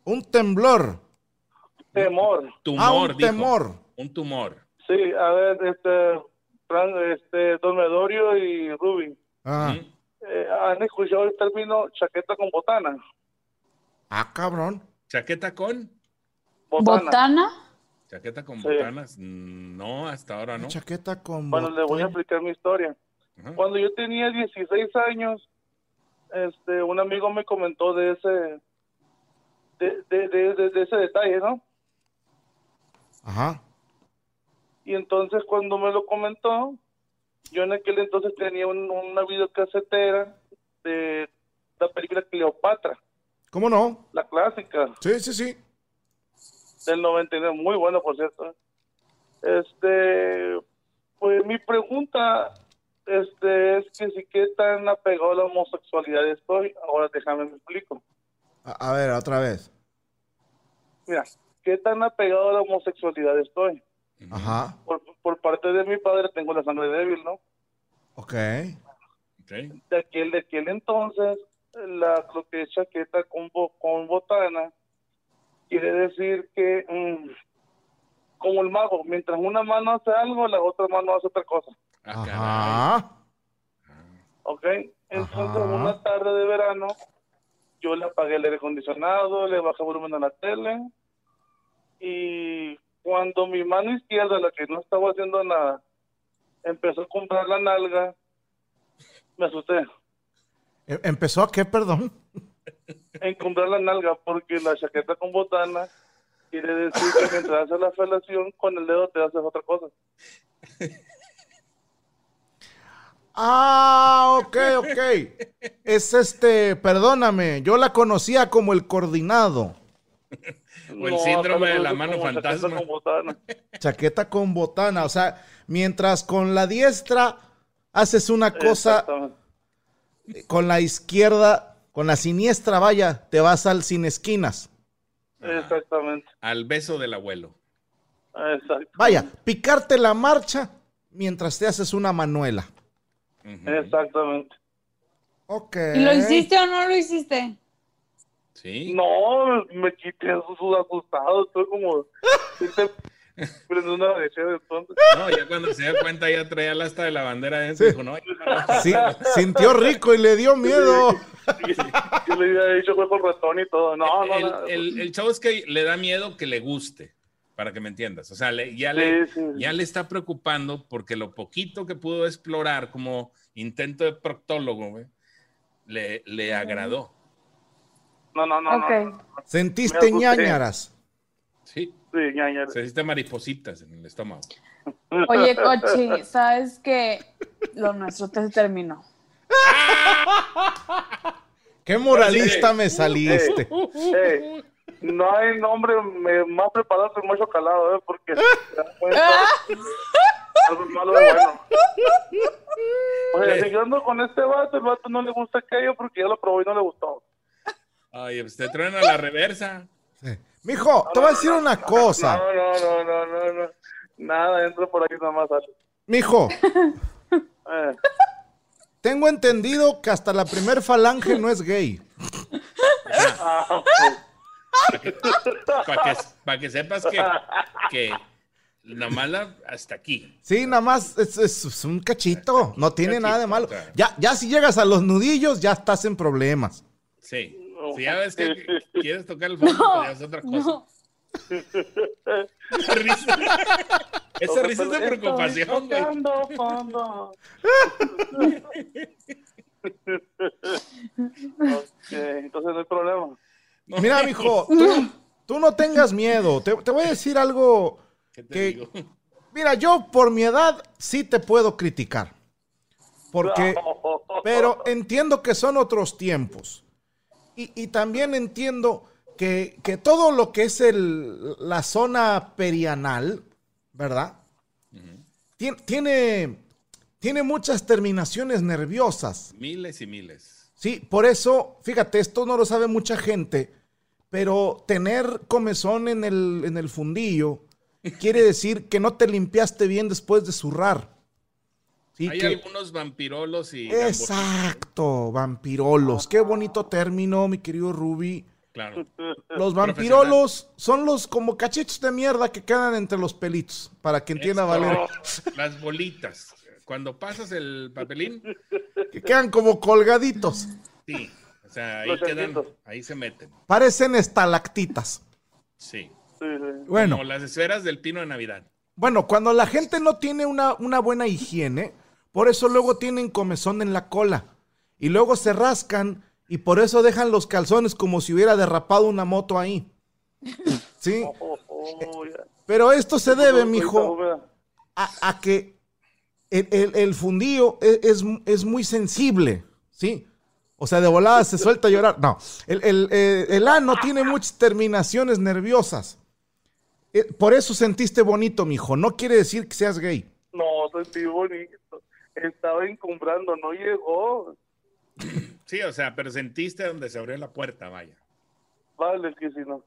[SPEAKER 3] Un temblor.
[SPEAKER 7] temor.
[SPEAKER 4] Tumor,
[SPEAKER 3] Ah, un
[SPEAKER 4] dijo.
[SPEAKER 3] temor.
[SPEAKER 4] Un tumor.
[SPEAKER 7] Sí, a ver, este, Fran, este, Don Medorio y Rubin.
[SPEAKER 3] Ah,
[SPEAKER 4] Ujú.
[SPEAKER 7] eh, ¿Han escuchado el término chaqueta con botana?
[SPEAKER 3] Ah, cabrón.
[SPEAKER 4] ¿Chaqueta con?
[SPEAKER 7] Botana.
[SPEAKER 5] ¿Botana?
[SPEAKER 4] ¿Chaqueta con
[SPEAKER 7] Sí.
[SPEAKER 4] botanas? No, hasta ahora no.
[SPEAKER 3] Chaqueta con.
[SPEAKER 7] Bueno, les voy a
[SPEAKER 3] botón.
[SPEAKER 7] explicar mi historia.
[SPEAKER 4] Ajá.
[SPEAKER 7] Cuando yo tenía 16 años, este, un amigo me comentó de ese, de, de, de- de- de ese detalle, ¿no?
[SPEAKER 3] Ajá.
[SPEAKER 7] Y entonces cuando me lo comentó, yo en aquel entonces tenía un- una videocasetera de la película Cleopatra,
[SPEAKER 3] ¿Cómo no?
[SPEAKER 7] la clásica,
[SPEAKER 3] Sí, sí, sí.
[SPEAKER 7] del 99, muy bueno por cierto. Este, pues mi pregunta este, es que si qué tan apegado a la homosexualidad estoy, ahora déjame me explico.
[SPEAKER 3] A, a ver, otra vez.
[SPEAKER 7] Mira, qué tan apegado a la homosexualidad estoy.
[SPEAKER 3] Ajá.
[SPEAKER 7] Por, por parte de mi padre tengo la sangre débil, ¿no?
[SPEAKER 3] Ok.
[SPEAKER 4] Ok.
[SPEAKER 7] De aquel, de aquel entonces, la, lo que es chaqueta con, bo- con botana quiere decir que, mm, como el mago, mientras una mano hace algo, la otra mano hace otra cosa.
[SPEAKER 4] Ah, caray.
[SPEAKER 3] Ajá.
[SPEAKER 7] ¿Ok? Entonces,
[SPEAKER 3] Ajá.
[SPEAKER 7] una tarde de verano, yo le apagué el aire acondicionado, le bajé volumen a la tele. Y cuando mi mano izquierda, la que no estaba haciendo nada, empezó a comprar la nalga, me asusté
[SPEAKER 3] Em- ¿Empezó a qué, perdón?
[SPEAKER 7] en comprar la nalga porque la chaqueta con botana quiere decir que mientras haces la felación, con el dedo te haces otra cosa.
[SPEAKER 3] Ah, ok, ok. Es este, perdóname, yo la conocía como el coordinado.
[SPEAKER 4] O el síndrome de la
[SPEAKER 7] acá
[SPEAKER 4] mano
[SPEAKER 7] me gusta como chaqueta
[SPEAKER 4] fantasma.
[SPEAKER 7] con botana.
[SPEAKER 3] Chaqueta con botana. O sea, mientras con la diestra haces una cosa,
[SPEAKER 7] Exactamente.
[SPEAKER 3] con la izquierda, con la siniestra, vaya, te vas al sin esquinas.
[SPEAKER 7] Exactamente.
[SPEAKER 4] Al beso del abuelo.
[SPEAKER 7] Exacto.
[SPEAKER 3] Vaya, picarte la marcha mientras te haces una manuela.
[SPEAKER 4] Ujú.
[SPEAKER 7] Exactamente.
[SPEAKER 3] Ok.
[SPEAKER 5] ¿Y lo hiciste o no lo hiciste?
[SPEAKER 4] Sí.
[SPEAKER 7] No, me quité su asustado, estoy como sí te- prendo una lechera entonces.
[SPEAKER 4] No, ya cuando se dio cuenta ya traía el asta de la bandera adentro.
[SPEAKER 3] Sí.
[SPEAKER 4] Dijo, no, ya no.
[SPEAKER 3] Sí, sintió rico y le dio miedo.
[SPEAKER 7] Yo le había dicho fue con ratón y todo. No, no,
[SPEAKER 4] el,
[SPEAKER 7] no.
[SPEAKER 4] el- el chavo es que le da miedo que le guste, para que me entiendas. O sea, le- ya, le,
[SPEAKER 7] Sí, sí.
[SPEAKER 4] ya le está preocupando porque lo poquito que pudo explorar como intento de proctólogo, güey, le, le agradó.
[SPEAKER 7] No, no, no, no.
[SPEAKER 5] Ok.
[SPEAKER 3] Sentiste
[SPEAKER 7] Me asusté.
[SPEAKER 3] ñañaras.
[SPEAKER 4] Sí,
[SPEAKER 7] Sí, ya, ya.
[SPEAKER 4] se hiciste maripositas en el estómago.
[SPEAKER 5] Oye, Cochi, ¿sabes que Lo nuestro te terminó.
[SPEAKER 3] Qué moralista me saliste.
[SPEAKER 7] Eh, no hay nombre me- más preparado que el macho calado, ¿eh? Porque se dan cuenta, algo malo de bueno. O sea,
[SPEAKER 4] Eh.
[SPEAKER 7] si yo ando con este vato, el vato no le gusta aquello porque ya lo probó y no le gustó.
[SPEAKER 4] Ay, pues te traen a la reversa.
[SPEAKER 3] Mijo, te voy a decir una cosa.
[SPEAKER 7] No, no, no, no, no, no. Nada, entra por aquí nada más. sale.
[SPEAKER 3] Mijo,
[SPEAKER 7] Eh,
[SPEAKER 3] Tengo entendido que hasta la primer falange no es gay.
[SPEAKER 7] ah,
[SPEAKER 4] Para que, pa' que sepas que, que nomás la- hasta aquí.
[SPEAKER 3] Sí, nada más es, es- es un cachito. No tiene
[SPEAKER 4] Cachito,
[SPEAKER 3] nada de malo.
[SPEAKER 4] claro.
[SPEAKER 3] Ya, ya si llegas a los nudillos, ya estás en problemas.
[SPEAKER 4] Sí.
[SPEAKER 7] No.
[SPEAKER 4] Si ya ves que que quieres tocar el fondo, pues ya es otra cosa.
[SPEAKER 5] No,
[SPEAKER 4] Risa. Esa risa es de
[SPEAKER 7] Estoy
[SPEAKER 4] preocupación, güey.
[SPEAKER 7] tocando fondo. Ok, entonces no hay problema.
[SPEAKER 3] Mira, mijo, tú, tú no tengas miedo. Te, te voy a decir algo.
[SPEAKER 4] ¿Qué te
[SPEAKER 3] que-
[SPEAKER 4] digo?
[SPEAKER 3] Mira, yo por mi edad sí te puedo criticar. Porque, pero entiendo que son otros tiempos. Y, y también entiendo que, que todo lo que es el, la zona perianal, ¿verdad? Tien- tiene, tiene muchas terminaciones nerviosas.
[SPEAKER 4] Miles y miles.
[SPEAKER 3] Sí, por eso, fíjate, esto no lo sabe mucha gente, pero tener comezón en el, en el fundillo quiere decir que no te limpiaste bien después de zurrar. Sí,
[SPEAKER 4] Hay
[SPEAKER 3] que-
[SPEAKER 4] algunos vampirolos y. gambosis,
[SPEAKER 3] Exacto, vampirolos. Qué bonito término, mi querido Ruby.
[SPEAKER 4] Claro.
[SPEAKER 3] Los vampirolos son los como cachitos de mierda que quedan entre los pelitos, para que entienda Valero.
[SPEAKER 4] Las bolitas. Cuando pasas el papelín,
[SPEAKER 3] Que quedan como colgaditos,
[SPEAKER 4] sí. O sea, ahí
[SPEAKER 7] Los
[SPEAKER 4] quedan,
[SPEAKER 7] changuitos.
[SPEAKER 4] ahí se meten.
[SPEAKER 3] parecen estalactitas.
[SPEAKER 4] Sí.
[SPEAKER 7] Sí, sí.
[SPEAKER 3] Bueno.
[SPEAKER 4] Como las esferas del pino de Navidad.
[SPEAKER 3] Bueno, cuando la gente no tiene una, una buena higiene, por eso luego tienen comezón en la cola. Y luego se rascan y por eso dejan los calzones como si hubiera derrapado una moto ahí. ¿Sí?
[SPEAKER 7] Oh, oh, ya.
[SPEAKER 3] Pero esto se debe,
[SPEAKER 7] Ahorita,
[SPEAKER 3] mijo,
[SPEAKER 7] Bóveda.
[SPEAKER 3] a, a que el, el- el fundillo e- es, es muy sensible, ¿sí? O sea, de volada se suelta a llorar. No, el, el- eh, el ano tiene muchas terminaciones nerviosas. Eh, Por eso sentiste bonito, mijo. No quiere decir que seas gay.
[SPEAKER 7] No, sentí bonito. Estaba encumbrando, no llegó.
[SPEAKER 4] Sí, o sea, pero sentiste donde se abrió la puerta, vaya.
[SPEAKER 7] Vale, que si no.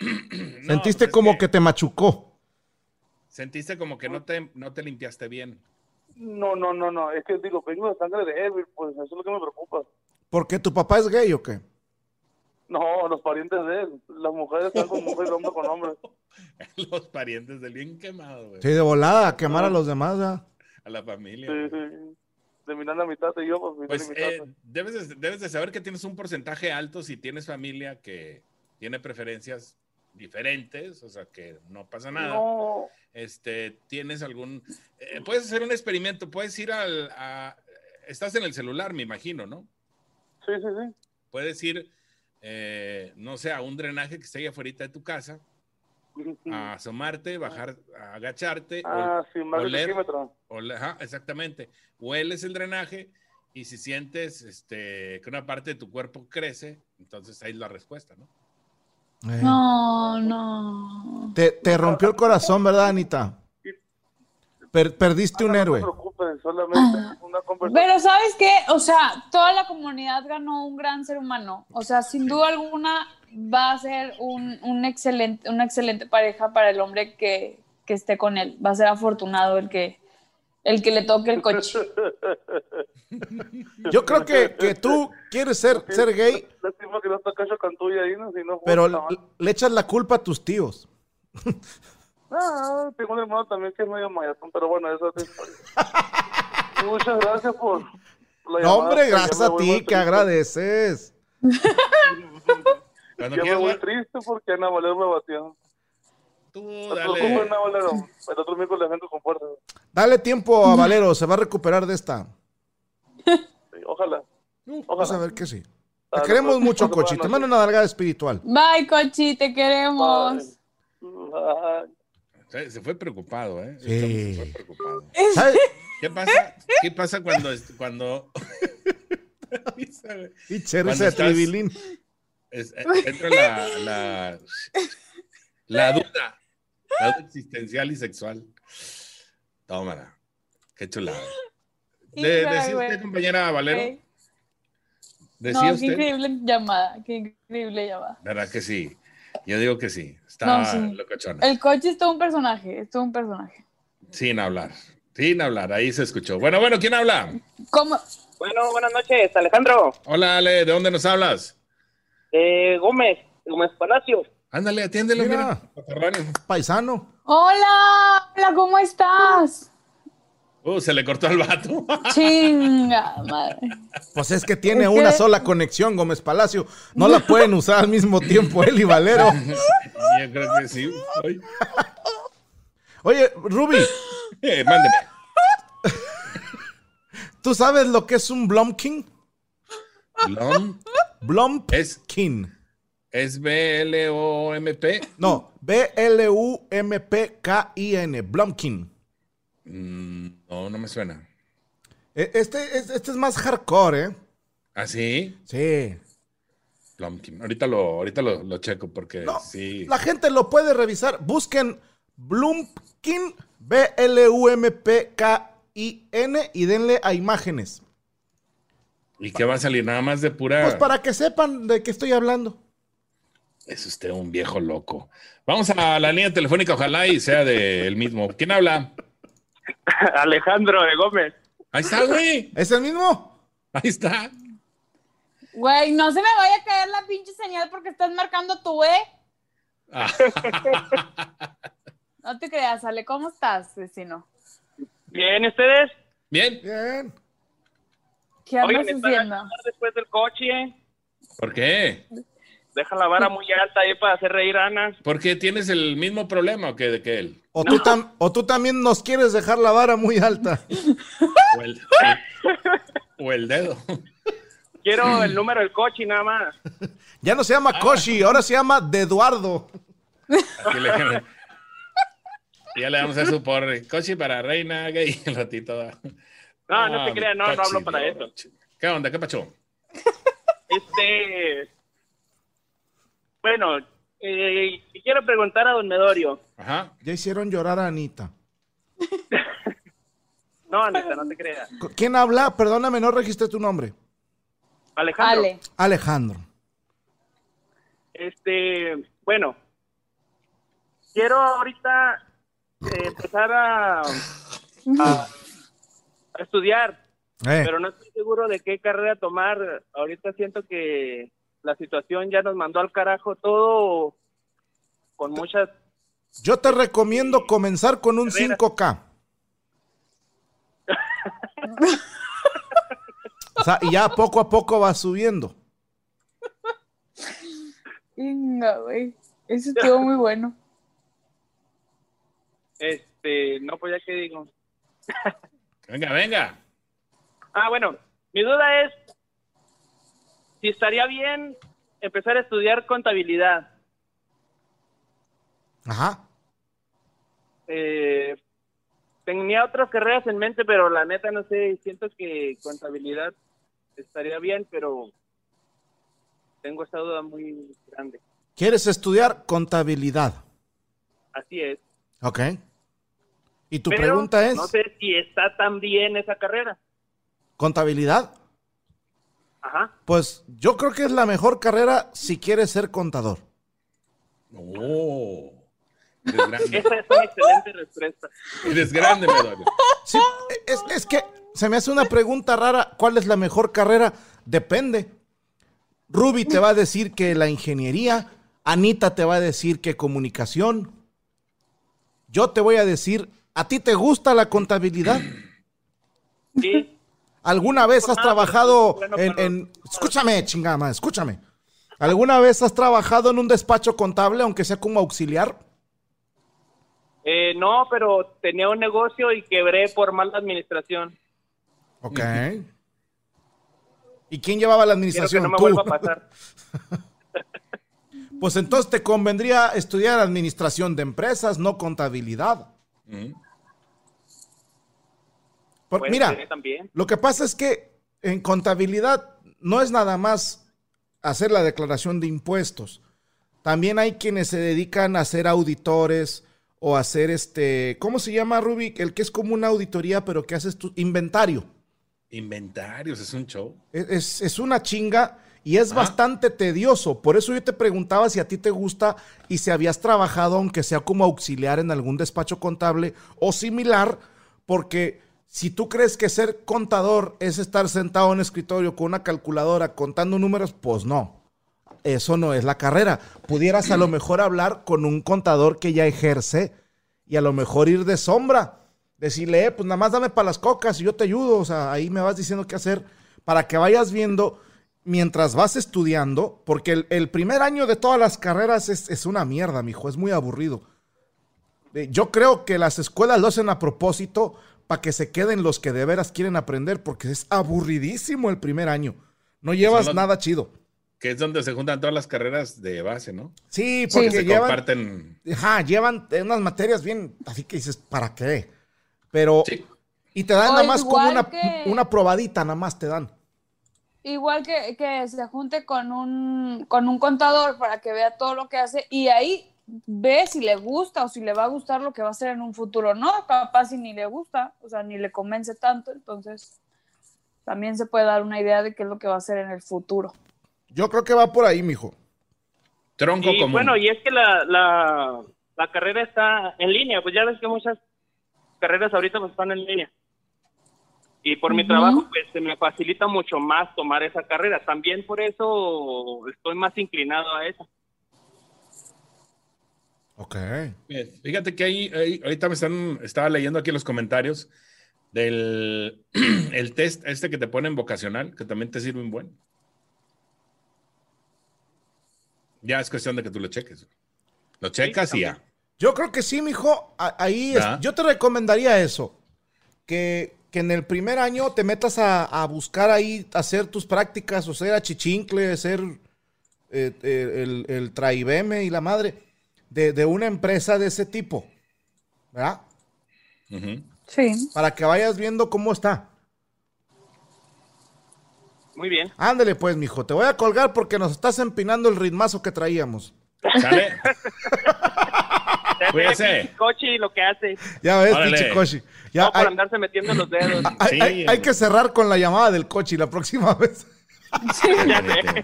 [SPEAKER 4] No,
[SPEAKER 3] Sentiste
[SPEAKER 4] pues es
[SPEAKER 3] como que... te machucó.
[SPEAKER 4] Sentiste como que no te, no te limpiaste bien.
[SPEAKER 7] No, no, no, no. Es que digo, vengo de sangre de Evil, pues eso es lo que me preocupa.
[SPEAKER 3] Porque tu papá es gay o qué?
[SPEAKER 7] No, los parientes de él. Las mujeres están con mujeres, hombre con hombre.
[SPEAKER 4] Los parientes del bien quemado, güey.
[SPEAKER 3] Sí, de volada, a quemar a los demás. ¿verdad?
[SPEAKER 4] A la familia.
[SPEAKER 7] Sí,
[SPEAKER 4] güey.
[SPEAKER 7] sí. De mirar la mitad y yo, pues,
[SPEAKER 4] Pues
[SPEAKER 7] mirar
[SPEAKER 4] eh,
[SPEAKER 7] la mitad.
[SPEAKER 4] debes, de, debes de saber que tienes un porcentaje alto si tienes familia que tiene preferencias diferentes, o sea que no pasa nada.
[SPEAKER 7] No,
[SPEAKER 4] Este, tienes algún, eh, puedes hacer un experimento, puedes ir al, a- estás en el celular, me imagino, ¿no?
[SPEAKER 7] sí, sí, sí.
[SPEAKER 4] Puedes ir, eh, no sé, a un drenaje que esté ahí afuera de tu casa, a asomarte, bajar, a agacharte,
[SPEAKER 7] Ah, sí, más de
[SPEAKER 4] oler.
[SPEAKER 7] centímetro.
[SPEAKER 4] Ole- ajá, exactamente. Hueles el drenaje y si sientes este, que una parte de tu cuerpo crece, entonces ahí es la respuesta, ¿no?
[SPEAKER 3] Eh,
[SPEAKER 5] no, no.
[SPEAKER 3] Te, te rompió el corazón, ¿verdad, Anita? Per- perdiste un
[SPEAKER 7] No
[SPEAKER 3] héroe.
[SPEAKER 7] te preocupes, solamente una conversación.
[SPEAKER 5] Pero sabes qué, o sea, toda la comunidad ganó un gran ser humano. O sea, sin duda alguna va a ser un, un excelente, una excelente pareja para el hombre que, que esté con él. Va a ser afortunado el que, el que le toque el coche.
[SPEAKER 3] Yo creo que, que tú quieres ser, ser gay,
[SPEAKER 7] Lástima que no está Cacho Cantuya ahí, ¿no? Si no
[SPEAKER 3] pero
[SPEAKER 7] puta,
[SPEAKER 3] le, le echas la culpa a tus tíos.
[SPEAKER 7] Ah, tengo un hermano también que es medio mayatón, pero bueno, eso es otra historia. Muchas gracias por la
[SPEAKER 3] No, hombre,
[SPEAKER 7] pero ya
[SPEAKER 3] gracias
[SPEAKER 7] me
[SPEAKER 3] a
[SPEAKER 7] voy muy
[SPEAKER 3] ti que
[SPEAKER 7] triste.
[SPEAKER 3] agradeces.
[SPEAKER 4] Cuando
[SPEAKER 7] Ya me
[SPEAKER 4] quieras,
[SPEAKER 7] voy
[SPEAKER 4] güey,
[SPEAKER 7] triste porque Ana Valero me batió.
[SPEAKER 4] tú
[SPEAKER 7] No te preocupes,
[SPEAKER 4] dale.
[SPEAKER 7] Ana Valero. El otro miércoles vengo con fuerza.
[SPEAKER 3] Dale tiempo
[SPEAKER 7] Mm.
[SPEAKER 3] a Valero, se va a recuperar de esta.
[SPEAKER 7] Sí, ojalá.
[SPEAKER 3] Vamos a
[SPEAKER 7] Ojalá.
[SPEAKER 3] ver que sí. Te
[SPEAKER 7] Dale,
[SPEAKER 3] queremos
[SPEAKER 7] pues,
[SPEAKER 3] mucho,
[SPEAKER 7] pasa buena
[SPEAKER 3] Cochito.
[SPEAKER 7] noche.
[SPEAKER 3] Menos una larga espiritual.
[SPEAKER 5] Bye, cochi, te queremos.
[SPEAKER 7] Bye. Bye.
[SPEAKER 4] Se, se fue preocupado, ¿eh?
[SPEAKER 3] Sí.
[SPEAKER 4] Estamos- se fue preocupado.
[SPEAKER 3] ¿Sabes?
[SPEAKER 4] ¿Qué pasa? ¿Qué pasa cuando, es- cuando
[SPEAKER 3] Y
[SPEAKER 4] Cuando
[SPEAKER 3] cherse de
[SPEAKER 4] estás-
[SPEAKER 3] tribilín.
[SPEAKER 4] es- eh, entra la, la, la duda, la duda existencial y sexual? Tómala. Qué chulada.
[SPEAKER 5] Sí,
[SPEAKER 4] De,
[SPEAKER 5] güey,
[SPEAKER 4] decía
[SPEAKER 5] güey.
[SPEAKER 4] usted, compañera Valero.
[SPEAKER 5] Ey, No,
[SPEAKER 4] Decía
[SPEAKER 5] qué
[SPEAKER 4] usted.
[SPEAKER 5] increíble llamada, qué increíble llamada.
[SPEAKER 4] ¿Verdad que sí? Yo digo que sí. Está
[SPEAKER 5] No, sí.
[SPEAKER 4] locochona.
[SPEAKER 5] El coche es todo un personaje, es todo un personaje.
[SPEAKER 4] Sin hablar. Sin hablar, ahí se escuchó. Bueno, bueno, ¿quién habla?
[SPEAKER 5] ¿Cómo?
[SPEAKER 8] Bueno, buenas noches, Alejandro.
[SPEAKER 4] Hola, Ale, ¿de dónde nos hablas?
[SPEAKER 8] Eh, Gómez, Gómez Palacio.
[SPEAKER 4] Ándale, atiéndelo, mira.
[SPEAKER 3] Mira.
[SPEAKER 4] coterráneo.
[SPEAKER 3] Paisano.
[SPEAKER 5] Hola, hola, ¿cómo estás?
[SPEAKER 4] Uh, se le cortó al vato.
[SPEAKER 5] Chinga, madre.
[SPEAKER 3] Pues es que tiene
[SPEAKER 5] Es que-
[SPEAKER 3] una sola conexión, Gómez Palacio. No la pueden usar al mismo tiempo él y Valero.
[SPEAKER 4] Yo creo que sí. Ay,
[SPEAKER 3] Oye, Ruby,
[SPEAKER 4] eh, mándeme.
[SPEAKER 3] ¿tú sabes lo que es un Blomkin?
[SPEAKER 4] Blom
[SPEAKER 3] Blomkin.
[SPEAKER 4] es, es B-L-O-M-P.
[SPEAKER 3] No, B-L-U-M-P-K-I-N. Blomkin.
[SPEAKER 4] Mm, no, no me suena.
[SPEAKER 3] E- Este, es- este es más hardcore, ¿eh?
[SPEAKER 4] ¿Ah, sí?
[SPEAKER 3] Sí.
[SPEAKER 4] Blomkin. Ahorita lo, ahorita lo, lo checo porque
[SPEAKER 3] No,
[SPEAKER 4] sí.
[SPEAKER 3] La gente lo puede revisar. Busquen Blumkin, B-L-U-M-P-K-I-N y denle a imágenes.
[SPEAKER 4] ¿Y qué va a salir? Nada más de pura.
[SPEAKER 3] Pues para que sepan de qué estoy hablando.
[SPEAKER 4] Es usted un viejo loco. Vamos a la línea telefónica, ojalá y sea del mismo. ¿Quién habla?
[SPEAKER 8] Alejandro de Gómez.
[SPEAKER 4] Ahí está, güey.
[SPEAKER 3] ¿Es el mismo?
[SPEAKER 4] Ahí está.
[SPEAKER 5] Güey, no se me vaya a caer la pinche señal porque estás marcando tu E.
[SPEAKER 4] Ah,
[SPEAKER 5] No te creas, Ale, ¿cómo estás, vecino?
[SPEAKER 8] Bien, ¿y ustedes?
[SPEAKER 4] bien.
[SPEAKER 3] Bien.
[SPEAKER 5] ¿Qué andas
[SPEAKER 8] están
[SPEAKER 5] haciendo?
[SPEAKER 8] a- después del coche.
[SPEAKER 4] ¿Por qué?
[SPEAKER 8] Deja la vara muy alta ahí para hacer reír a Ana.
[SPEAKER 4] ¿Por qué tienes el mismo problema que, de que él?
[SPEAKER 3] O, tú tam- o tú también nos quieres dejar la vara muy alta.
[SPEAKER 4] O el, o el dedo.
[SPEAKER 8] Quiero el número del coche y nada más.
[SPEAKER 3] Ya no se llama Koshi, ahora se llama De Eduardo.
[SPEAKER 4] Así le- ya le damos a su porre. Cochi para reina gay. El ratito. da.
[SPEAKER 8] No, no te
[SPEAKER 4] mi
[SPEAKER 8] creas, no, no
[SPEAKER 4] Cochi,
[SPEAKER 8] hablo para
[SPEAKER 4] Dios.
[SPEAKER 8] eso.
[SPEAKER 4] ¿Qué onda? ¿Qué pacho?
[SPEAKER 8] Este. Bueno, eh, quiero preguntar a don Medorio.
[SPEAKER 4] Ajá.
[SPEAKER 3] Ya hicieron llorar a Anita.
[SPEAKER 8] No, Anita, no te creas.
[SPEAKER 3] Co- ¿Quién habla? Perdóname, no registré tu nombre.
[SPEAKER 8] Alejandro.
[SPEAKER 5] Ale,
[SPEAKER 3] Alejandro.
[SPEAKER 8] Este, bueno, quiero ahorita eh, empezar a, a- a estudiar,
[SPEAKER 3] Eh,
[SPEAKER 8] pero no estoy seguro de qué carrera tomar. Ahorita siento que la situación ya nos mandó al carajo todo con muchas...
[SPEAKER 3] yo te recomiendo comenzar con un 5K. O sea, y ya poco a poco va subiendo.
[SPEAKER 5] Venga, güey. Eso estuvo muy bueno.
[SPEAKER 8] Este, no, pues ya que digo.
[SPEAKER 4] Venga, venga.
[SPEAKER 8] Ah, bueno, mi duda es si estaría bien empezar a estudiar contabilidad.
[SPEAKER 3] Ajá.
[SPEAKER 8] Eh, tenía otras carreras en mente, pero la neta no sé, siento que contabilidad estaría bien, pero tengo esta duda muy grande.
[SPEAKER 3] ¿Quieres estudiar contabilidad?
[SPEAKER 8] Así es.
[SPEAKER 3] Ok. ¿Y tu
[SPEAKER 8] Pero
[SPEAKER 3] pregunta es
[SPEAKER 8] No sé si está tan bien esa carrera.
[SPEAKER 3] contabilidad?
[SPEAKER 8] Ajá.
[SPEAKER 3] Pues yo creo que es la mejor carrera si quieres ser contador.
[SPEAKER 4] Oh. Eres grande.
[SPEAKER 8] Esa es una excelente respuesta.
[SPEAKER 4] Eres grande, Medorio.
[SPEAKER 3] Sí, es, es que se me hace una pregunta rara. ¿Cuál es la mejor carrera? Depende. Ruby te va a decir que la ingeniería, Anita te va a decir que comunicación. Yo te voy a decir, ¿a ti te gusta la contabilidad?
[SPEAKER 8] Sí.
[SPEAKER 3] ¿Alguna vez
[SPEAKER 8] Ah, pues,
[SPEAKER 3] has trabajado en... en- Escúchame, chingama, escúchame. ¿Alguna vez has trabajado en un despacho contable, aunque sea como auxiliar?
[SPEAKER 8] Eh, no, pero tenía un negocio y quebré por mala administración.
[SPEAKER 3] Ok. ¿Y quién llevaba la
[SPEAKER 8] Quiero que
[SPEAKER 3] administración?
[SPEAKER 8] no me
[SPEAKER 3] Tú.
[SPEAKER 8] vuelva a pasar.
[SPEAKER 3] Pues entonces te convendría estudiar administración de empresas, no contabilidad.
[SPEAKER 4] Mm.
[SPEAKER 7] Pues
[SPEAKER 3] Por-
[SPEAKER 8] Puede
[SPEAKER 3] mira,
[SPEAKER 8] ser Pues, también.
[SPEAKER 3] lo que pasa es que en contabilidad no es nada más hacer la declaración de impuestos. También hay quienes se dedican a ser auditores o a hacer este, ¿cómo se llama Rubik? El que es como una auditoría, pero que haces tu inventario.
[SPEAKER 4] Inventarios, es un show.
[SPEAKER 3] Es, es una chinga y es
[SPEAKER 4] Ajá.
[SPEAKER 3] bastante tedioso. Por eso yo te preguntaba si a ti te gusta y si habías trabajado, aunque sea como auxiliar en algún despacho contable o similar, porque si tú crees que ser contador es estar sentado en un escritorio con una calculadora contando números, pues no. Eso no es la carrera. Pudieras a lo mejor hablar con un contador que ya ejerce y a lo mejor ir de sombra. Decirle, eh, pues nada más dame para las cocas y yo te ayudo. O sea, ahí me vas diciendo qué hacer para que vayas viendo mientras vas estudiando, porque el, el primer año de todas las carreras es, es una mierda, mijo, es muy aburrido. Eh, Yo creo que las escuelas lo hacen a propósito para que se queden los que de veras quieren aprender, porque es aburridísimo el primer año. No llevas
[SPEAKER 4] los-
[SPEAKER 3] nada chido.
[SPEAKER 4] Que es donde se juntan todas las carreras de base, ¿no?
[SPEAKER 3] Sí,
[SPEAKER 5] Sí.
[SPEAKER 3] porque
[SPEAKER 4] Se
[SPEAKER 3] llevan,
[SPEAKER 4] comparten.
[SPEAKER 3] ajá, llevan eh, unas materias bien, así que dices, ¿para qué? Pero,
[SPEAKER 4] Sí.
[SPEAKER 3] y te dan
[SPEAKER 5] O
[SPEAKER 3] nada más como
[SPEAKER 5] igual
[SPEAKER 3] una,
[SPEAKER 5] que-
[SPEAKER 3] una probadita, nada más te dan.
[SPEAKER 5] Igual que, que se junte con un, con un contador para que vea todo lo que hace y ahí ve si le gusta o si le va a gustar lo que va a hacer en un futuro. No, capaz si ni le gusta, o sea, ni le convence tanto, entonces también se puede dar una idea de qué es lo que va a hacer en el futuro.
[SPEAKER 3] Yo creo que va por ahí, mijo.
[SPEAKER 4] Tronco
[SPEAKER 9] Y,
[SPEAKER 4] común.
[SPEAKER 9] bueno, y es que la, la, la carrera está en línea, pues ya ves que muchas carreras ahorita pues, están en línea. Y por mi
[SPEAKER 5] Ujú.
[SPEAKER 9] trabajo, pues se me facilita mucho más tomar esa carrera. También por eso estoy más inclinado a esa.
[SPEAKER 3] Ok.
[SPEAKER 4] Bien, Pues, Fíjate que ahí, ahí- ahorita me están, estaba leyendo aquí los comentarios del el test este que te ponen vocacional, que también te sirve un buen. Ya es cuestión de que tú lo cheques. Lo checas y ya.
[SPEAKER 3] Yo creo que sí, mijo. A- Ahí es-
[SPEAKER 4] Ah.
[SPEAKER 3] yo te recomendaría eso. Que, que en el primer año te metas a, a buscar ahí, hacer tus prácticas, o ser achichincle, ser eh, eh, el, el traibeme y la madre de, de una empresa de ese tipo. ¿Verdad?
[SPEAKER 4] Ujú.
[SPEAKER 5] Sí.
[SPEAKER 3] Para que vayas viendo cómo está.
[SPEAKER 9] Muy bien.
[SPEAKER 3] Ándale pues, mijo. Te voy a colgar porque nos estás empinando el ritmazo que traíamos.
[SPEAKER 4] ¿Sale?
[SPEAKER 9] Ya sé
[SPEAKER 4] Cuídese.
[SPEAKER 9] el coche y lo que hace.
[SPEAKER 3] Ya ves,
[SPEAKER 4] Órale.
[SPEAKER 3] pinche Koshi. Ya,
[SPEAKER 9] no por
[SPEAKER 3] hay-
[SPEAKER 9] andarse metiendo los dedos.
[SPEAKER 3] hay-
[SPEAKER 4] Sí,
[SPEAKER 3] hay- hay
[SPEAKER 4] hombre.
[SPEAKER 3] que cerrar con la llamada del coche la próxima vez.
[SPEAKER 4] este.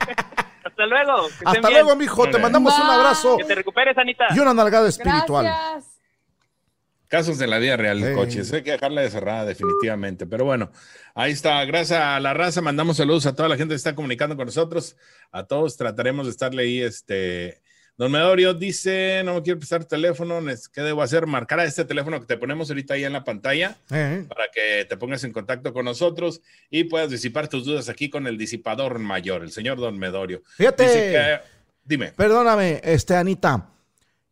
[SPEAKER 9] Hasta luego. que estén
[SPEAKER 3] Hasta
[SPEAKER 9] bien.
[SPEAKER 3] luego, mijo. Te
[SPEAKER 4] Órale.
[SPEAKER 3] mandamos un
[SPEAKER 5] Bye.
[SPEAKER 3] abrazo
[SPEAKER 9] Que te recuperes, Anita.
[SPEAKER 3] y una nalgada espiritual.
[SPEAKER 5] Gracias.
[SPEAKER 4] Casos de la vida real,
[SPEAKER 3] Sí.
[SPEAKER 4] coches. Hay que dejarla de cerrada, definitivamente. Pero bueno, ahí está. Gracias a la raza. Mandamos saludos a toda la gente que está comunicando con nosotros. A todos trataremos de estarle ahí. Este. Don Medorio dice: No me quiero prestar teléfono. nes- ¿Qué debo hacer? Marcar a este teléfono que te ponemos ahorita ahí en la pantalla
[SPEAKER 3] Eh,
[SPEAKER 4] para que te pongas en contacto con nosotros y puedas disipar tus dudas aquí con el disipador mayor, el señor Don Medorio. Dice
[SPEAKER 3] Fíjate,
[SPEAKER 4] que- dime.
[SPEAKER 3] perdóname, este, Anita.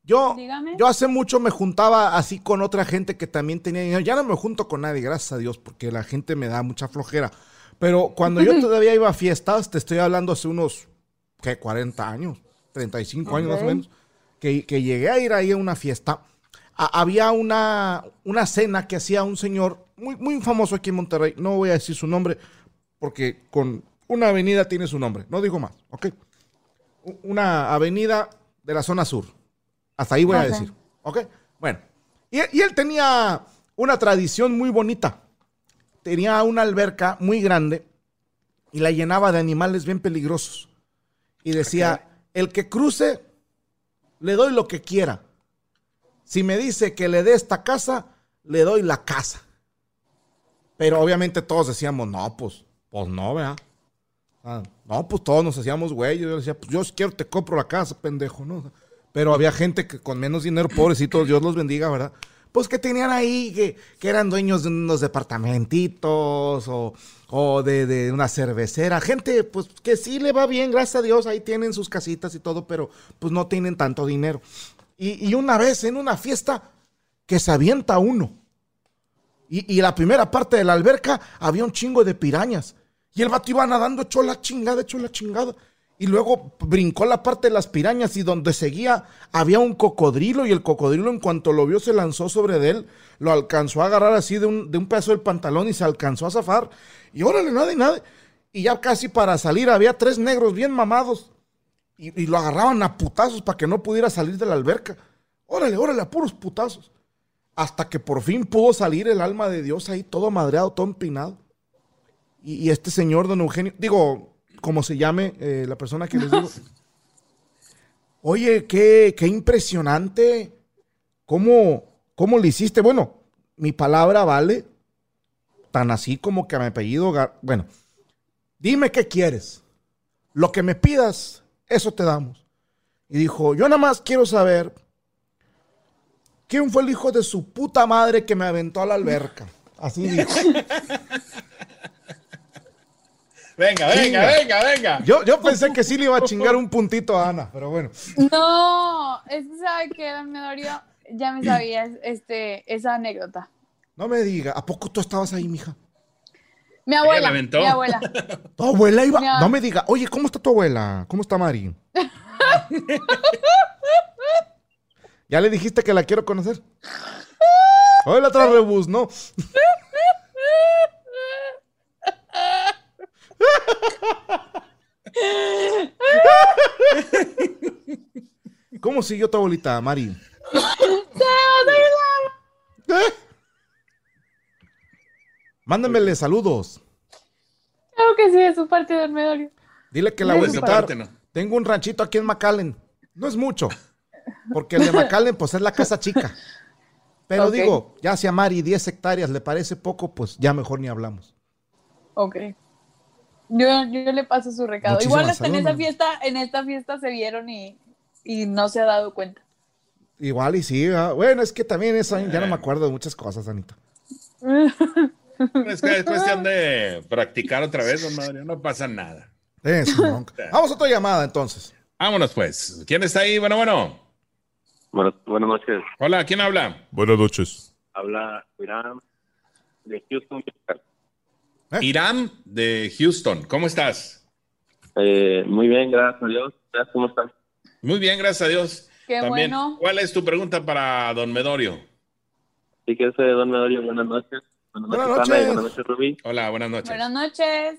[SPEAKER 3] Yo,
[SPEAKER 5] Dígame.
[SPEAKER 3] yo hace mucho me juntaba así con otra gente que también tenía dinero. Ya no me junto con nadie, gracias a Dios, porque la gente me da mucha flojera. Pero cuando yo todavía iba a fiestas, te estoy hablando hace unos, ¿qué? 40 años, 35 años más o
[SPEAKER 5] Ok.
[SPEAKER 3] menos, que, que llegué a ir ahí a una fiesta. A- había una, una cena que hacía un señor muy, muy famoso aquí en Monterrey. No voy a decir su nombre, porque con una avenida tiene su nombre. No digo más, ¿ok? U- Una avenida de la zona sur. Hasta ahí voy a
[SPEAKER 5] Ok.
[SPEAKER 3] decir, ¿ok? Bueno, y, y él tenía una tradición muy bonita. Tenía una alberca muy grande y la llenaba de animales bien peligrosos. Y decía, el que cruce, le doy lo que quiera. Si me dice que le dé esta casa, le doy la casa. Pero obviamente todos decíamos, no, pues, pues no, ¿verdad? Ah, no, pues todos nos hacíamos güey. Yo decía, pues yo si quiero te compro la casa, pendejo, ¿no? Pero había gente que con menos dinero, pobrecitos, Dios los bendiga, ¿verdad? Pues que tenían ahí, que, que eran dueños de unos departamentitos o, o de, de una cervecera. Gente, pues que sí le va bien, gracias a Dios, ahí tienen sus casitas y todo, pero pues no tienen tanto dinero. Y, y una vez en una fiesta que se avienta uno. Y, y la primera parte de la alberca había un chingo de pirañas. Y el vato iba nadando, echó la chingada, echó la chingada. Y luego brincó la parte de las pirañas y donde seguía había un cocodrilo y el cocodrilo en cuanto lo vio se lanzó sobre de él, lo alcanzó a agarrar así de un, de un pedazo del pantalón y se alcanzó a zafar. Y órale, nada y nada. Y ya casi para salir había tres negros bien mamados y, y lo agarraban a putazos para que no pudiera salir de la alberca. Órale, órale, a puros putazos. Hasta que por fin pudo salir el alma de Dios ahí, todo madreado, todo empinado. Y, y este señor, don Eugenio, digo, como se llame eh, la persona que les digo. Oye, qué, qué impresionante. ¿Cómo, ¿Cómo le hiciste? Bueno, mi palabra vale tan así como que mi apellido. Gar- Bueno, dime qué quieres. Lo que me pidas, eso te damos. Y dijo, yo nada más quiero saber quién fue el hijo de su puta madre que me aventó a la alberca. Así dijo.
[SPEAKER 4] Venga, venga,
[SPEAKER 3] Chinga.
[SPEAKER 4] venga, venga.
[SPEAKER 3] Yo, yo pensé que sí le iba a chingar un puntito a Ana, pero bueno.
[SPEAKER 5] No, es que sabe que me dolió. Ya me sabía este, esa anécdota.
[SPEAKER 3] No me diga, ¿a poco tú estabas ahí, mija?
[SPEAKER 5] Mi abuela.
[SPEAKER 4] la aventó.
[SPEAKER 5] Mi abuela.
[SPEAKER 3] Tu abuela iba.
[SPEAKER 5] Ya.
[SPEAKER 3] No me diga, oye, ¿cómo está tu abuela? ¿Cómo está Mari? ¿Ya le dijiste que la quiero conocer? Hoy la otra rebus, ¿no? ¿Cómo siguió tu abuelita, Mari? ¿Eh? Mándamele saludos.
[SPEAKER 5] Claro que sí, es su parte del medorio.
[SPEAKER 3] Dile que la voy a
[SPEAKER 4] Pues,
[SPEAKER 3] invitar.
[SPEAKER 4] aparte, no.
[SPEAKER 3] Tengo un ranchito aquí en McAllen. No es mucho. Porque el de McAllen, pues es la casa chica. Pero
[SPEAKER 5] Ok.
[SPEAKER 3] digo, ya si a Mari 10 hectáreas le parece poco, pues ya mejor ni hablamos.
[SPEAKER 5] Ok. Yo, yo le paso su recado.
[SPEAKER 3] Muchísimas
[SPEAKER 5] Igual hasta en
[SPEAKER 3] saludos,
[SPEAKER 5] esa fiesta, en esta fiesta se vieron y, y no se ha dado cuenta.
[SPEAKER 3] Igual y sí. ah, Bueno, es que también eso ya no me acuerdo de muchas cosas, Anita.
[SPEAKER 4] Es, que es cuestión de practicar otra vez, don Mario. No pasa nada.
[SPEAKER 3] Eso, bronca. Eh, Vamos a otra llamada entonces.
[SPEAKER 4] Vámonos, pues. ¿Quién está ahí? Bueno, bueno.
[SPEAKER 9] Bueno, buenas noches.
[SPEAKER 4] Hola, ¿quién habla?
[SPEAKER 10] Buenas noches.
[SPEAKER 9] Habla Irán de Houston.
[SPEAKER 3] ¿Eh?
[SPEAKER 4] Irán de Houston. ¿Cómo estás?
[SPEAKER 9] Eh, muy bien, gracias a Dios. Gracias, ¿Cómo están?
[SPEAKER 4] Muy bien, gracias a Dios.
[SPEAKER 5] Qué bueno.
[SPEAKER 4] ¿Cuál es tu pregunta para don Medorio?
[SPEAKER 9] Sí, que soy Don Medorio. Buenas noches. Buenas
[SPEAKER 3] Buenas
[SPEAKER 9] noches, Ana, y
[SPEAKER 3] noches.
[SPEAKER 9] buenas noches, Rubí.
[SPEAKER 4] Hola, buenas noches.
[SPEAKER 5] Buenas noches.